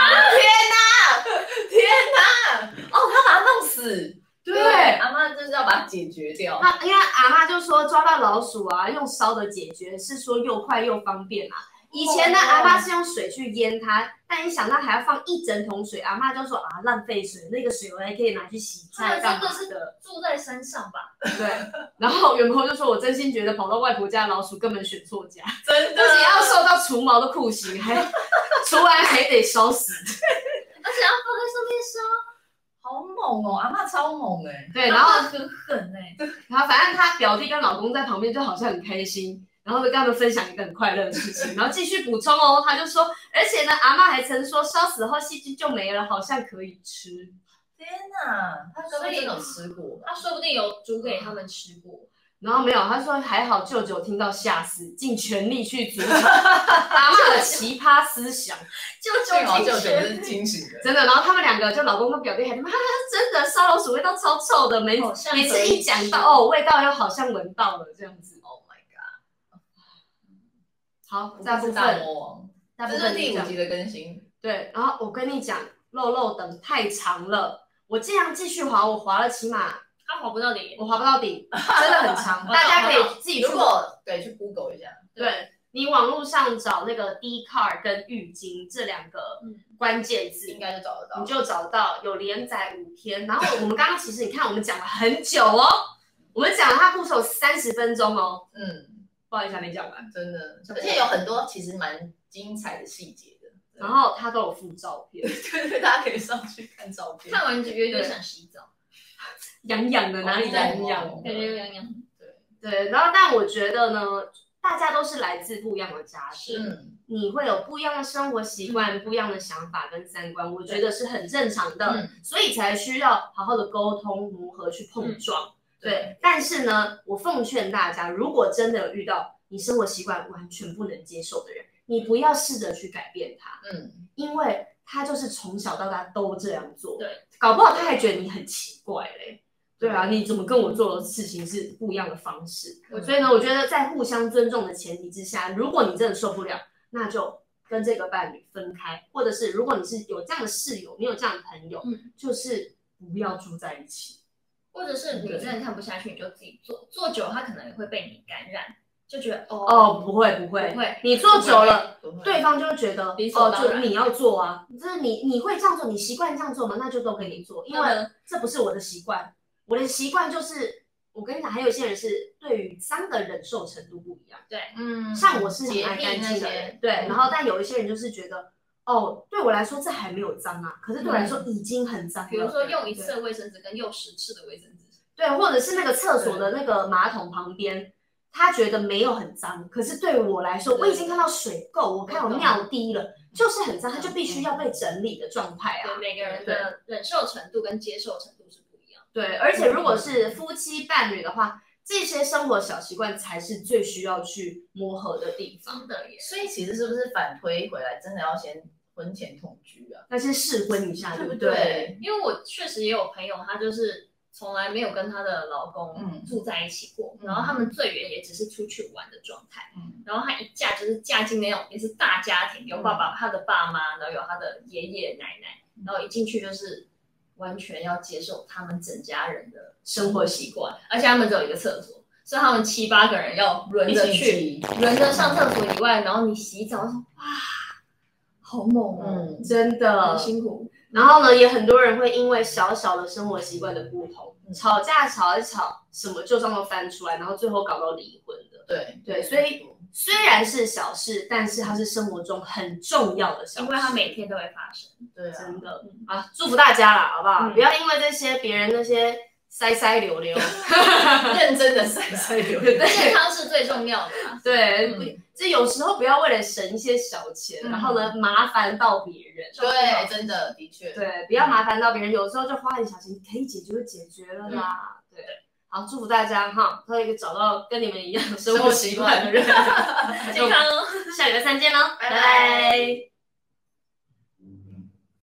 [SPEAKER 2] 天哪，哦，他把它弄死，
[SPEAKER 1] 对。
[SPEAKER 2] 阿妈就是要把它解决掉，
[SPEAKER 1] 那因为阿妈就说抓到老鼠啊，用烧的解决是说又快又方便啊。以前呢，
[SPEAKER 2] 哦
[SPEAKER 1] 阿妈是用水去淹它，但一想到还要放一整桶水，阿妈就说啊浪费水，那个水我还可以拿去洗菜干嘛
[SPEAKER 3] 真
[SPEAKER 1] 的。
[SPEAKER 3] 住在山上吧，
[SPEAKER 1] 对。然后员工就说，我真心觉得跑到外婆家的老鼠根本选错家，
[SPEAKER 2] 真
[SPEAKER 1] 自己要受到除毛的酷刑，还除完还得烧死。
[SPEAKER 3] 而且要放在上面烧，
[SPEAKER 2] 好猛哦，阿妈超猛哎，
[SPEAKER 1] 对，
[SPEAKER 3] 啊
[SPEAKER 1] 然后
[SPEAKER 3] 很狠哎、
[SPEAKER 1] 然后反正她表弟跟老公在旁边就好像很开心，然后就跟他们分享一个很快乐的事情，然后继续补充哦，他就说，而且呢，阿妈还曾说烧死后细菌就没了，好像可以吃。
[SPEAKER 2] 天哪，他根本真的有吃过，
[SPEAKER 3] 他说不定有煮给他们吃 过，
[SPEAKER 1] 然后没有，他说还好舅舅听到吓死，尽全力去阻止阿妈的奇葩思想，
[SPEAKER 3] 就
[SPEAKER 2] 幸好舅
[SPEAKER 3] 就
[SPEAKER 2] 舅是清醒的，
[SPEAKER 1] 真的。然后他们两个就老公跟表弟还他妈真的烧老鼠味道超臭的，每
[SPEAKER 3] 好像
[SPEAKER 1] 每次
[SPEAKER 3] 可以
[SPEAKER 1] 一讲到哦味道又好像闻到了这样子。
[SPEAKER 2] Oh my god，
[SPEAKER 1] 好，大
[SPEAKER 2] 这
[SPEAKER 1] 部
[SPEAKER 2] 是大
[SPEAKER 1] 分
[SPEAKER 2] 魔王，
[SPEAKER 1] 大部
[SPEAKER 2] 这
[SPEAKER 1] 分
[SPEAKER 2] 是第
[SPEAKER 1] 这
[SPEAKER 2] 五
[SPEAKER 1] 样
[SPEAKER 2] 集的更新，
[SPEAKER 1] 对，然后我跟你讲，肉肉等太长了，我这样继续滑，我滑了起码
[SPEAKER 3] 他划不到脸。
[SPEAKER 1] 我滑不到底，真的很长，
[SPEAKER 3] 我懂
[SPEAKER 1] 大家可
[SPEAKER 3] 我
[SPEAKER 1] 以自己去
[SPEAKER 2] 如。果对去 Google 一下，
[SPEAKER 1] 对你网络上找那个 D car 跟浴巾这两个
[SPEAKER 3] 嗯
[SPEAKER 1] 关键字，
[SPEAKER 2] 应该就找得
[SPEAKER 1] 你
[SPEAKER 2] 到，
[SPEAKER 1] 就找到有连载五天。然后我们刚刚其实你看，我们讲了很久哦，我们讲了它故事有三十分钟哦，
[SPEAKER 2] 嗯，
[SPEAKER 1] 不好意思还没讲完。
[SPEAKER 2] 真的，而且有很多其实蛮精彩的细节的，对
[SPEAKER 1] 然后它都有附照片，
[SPEAKER 2] 对对，大家可以上去看照 片，
[SPEAKER 3] 看完就觉得想洗澡，
[SPEAKER 1] 痒痒的哪里痒痒？
[SPEAKER 3] 感
[SPEAKER 2] 嗯
[SPEAKER 3] 觉有痒痒。
[SPEAKER 1] 对，然后但我觉得呢，大家都是来自不一样的家庭，
[SPEAKER 2] 嗯
[SPEAKER 1] 你会有不一样的生活习惯、不一样的想法跟三观，我觉得是很正常的，
[SPEAKER 2] 嗯
[SPEAKER 1] 所以才需要好好的沟通、磨合去碰撞。
[SPEAKER 2] 对
[SPEAKER 1] 对，但是呢，我奉劝大家，如果真的有遇到你生活习惯完全不能接受的人，你不要试着去改变他，
[SPEAKER 2] 嗯，
[SPEAKER 1] 因为他就是从小到大都这样做，
[SPEAKER 3] 对，
[SPEAKER 1] 搞不好他还觉得你很奇怪嘞。对啊，你怎么跟我做的事情是不一样的方式？
[SPEAKER 3] 嗯
[SPEAKER 2] 我
[SPEAKER 1] 所以呢，我觉得在互相尊重的前提之下，如果你真的受不了，那就跟这个伴侣分开，或者是如果你是有这样的室友，你有这样的朋友，
[SPEAKER 3] 嗯
[SPEAKER 1] 就是不要住在一起。
[SPEAKER 3] 或者是你真的看不下去，你就自己做，做久了它可能也会被你感染，就觉得哦
[SPEAKER 1] 哦，不会不会
[SPEAKER 3] 不，会，
[SPEAKER 1] 你做久了，
[SPEAKER 2] 不会
[SPEAKER 1] 对方就会觉得
[SPEAKER 3] 理所
[SPEAKER 1] 哦，
[SPEAKER 3] 当
[SPEAKER 1] 就
[SPEAKER 3] 然
[SPEAKER 1] 你要做啊，就是你你会这样做，你习惯这样做吗？那就都给你做，因为
[SPEAKER 3] 嗯
[SPEAKER 1] 这不是我的习惯，我的习惯就是。我跟你讲，还有一些人是对于脏的忍受程度不一样，
[SPEAKER 2] 嗯，
[SPEAKER 1] 像我是很
[SPEAKER 2] 洁
[SPEAKER 1] 爱
[SPEAKER 2] 癖
[SPEAKER 1] 干
[SPEAKER 2] 那
[SPEAKER 1] 净的
[SPEAKER 2] 些
[SPEAKER 1] 人，，对。
[SPEAKER 2] 嗯
[SPEAKER 1] 然后，但有一些人就是觉得，哦，对我来说这还没有脏啊，可是对我来说已经很脏了。
[SPEAKER 3] 嗯比如说用一
[SPEAKER 1] 对
[SPEAKER 3] 次的卫生纸跟用十次的卫生纸，
[SPEAKER 1] 对，或者是那个厕所的那个马桶旁边，他觉得没有很脏，可是对我来说，
[SPEAKER 3] 对
[SPEAKER 1] 我已经看到水垢，我看到
[SPEAKER 3] 我懂嗯
[SPEAKER 1] 尿滴了，就是很脏，它就必须要被整理的状态啊
[SPEAKER 3] 对。每个人的忍受程度跟接受程度是不一样的。
[SPEAKER 1] 对，而且如果
[SPEAKER 3] 嗯
[SPEAKER 1] 是夫妻伴侣的话，这些生活小习惯才是最需要去磨合的地方，
[SPEAKER 3] 真的耶，
[SPEAKER 2] 所以其实是不是反推回来，真的要先婚前同居啊？
[SPEAKER 1] 那先试婚一下，对不对？
[SPEAKER 2] 对
[SPEAKER 3] 因为我确实也有朋友，她就是从来没有跟她的老
[SPEAKER 2] 嗯
[SPEAKER 3] 公住在一起过，
[SPEAKER 2] 嗯
[SPEAKER 3] 然后他们最远也只是出去玩的状态。
[SPEAKER 2] 嗯，
[SPEAKER 3] 然后她一嫁就是嫁进那种也是大家庭，有爸爸、她的爸妈，然后有她的爷爷奶奶，然后一进去就是完全要接受他们整家人的生活习惯，而且他们只有一个厕所，所以他们七八个人要轮着去，
[SPEAKER 2] 一起
[SPEAKER 3] 轮着上厕所以外，然后你洗澡，我说哇，好猛哦，
[SPEAKER 2] 嗯，
[SPEAKER 1] 真
[SPEAKER 3] 好
[SPEAKER 1] 的。
[SPEAKER 3] 辛苦，
[SPEAKER 1] 然后呢，也很多人会因为小小的生活习惯的不同，
[SPEAKER 2] 嗯
[SPEAKER 1] 吵架吵一吵，什么旧账都翻出来，然后最后搞到离婚的。
[SPEAKER 2] 对
[SPEAKER 1] 对所以虽然是小事，但是它是生活中很重要的小
[SPEAKER 3] 因
[SPEAKER 1] 事，
[SPEAKER 3] 为它每天都会发生。
[SPEAKER 2] 对啊，
[SPEAKER 1] 真的
[SPEAKER 3] 嗯
[SPEAKER 1] 啊，祝福大家啦，好不好？
[SPEAKER 3] 嗯
[SPEAKER 1] 不要因为这些别人那些塞塞流 流，
[SPEAKER 2] 认真的 晒晒流
[SPEAKER 1] 对
[SPEAKER 2] 泪。
[SPEAKER 3] 健康是最重要的啊啦。
[SPEAKER 1] 对，
[SPEAKER 2] 嗯
[SPEAKER 1] 不这有时候不要为了省一些小钱，
[SPEAKER 2] 嗯
[SPEAKER 1] 然后呢麻烦到别人。
[SPEAKER 2] 对，真的的确，
[SPEAKER 1] 对，不要麻烦到别人，有时候就花点小钱可以解决就解决了啦。对，好，祝福大家哈，都有一个找到跟你们 一样生活习惯的人。
[SPEAKER 3] 健康哦。
[SPEAKER 1] 下礼拜三见喽，
[SPEAKER 2] 拜拜
[SPEAKER 1] 拜拜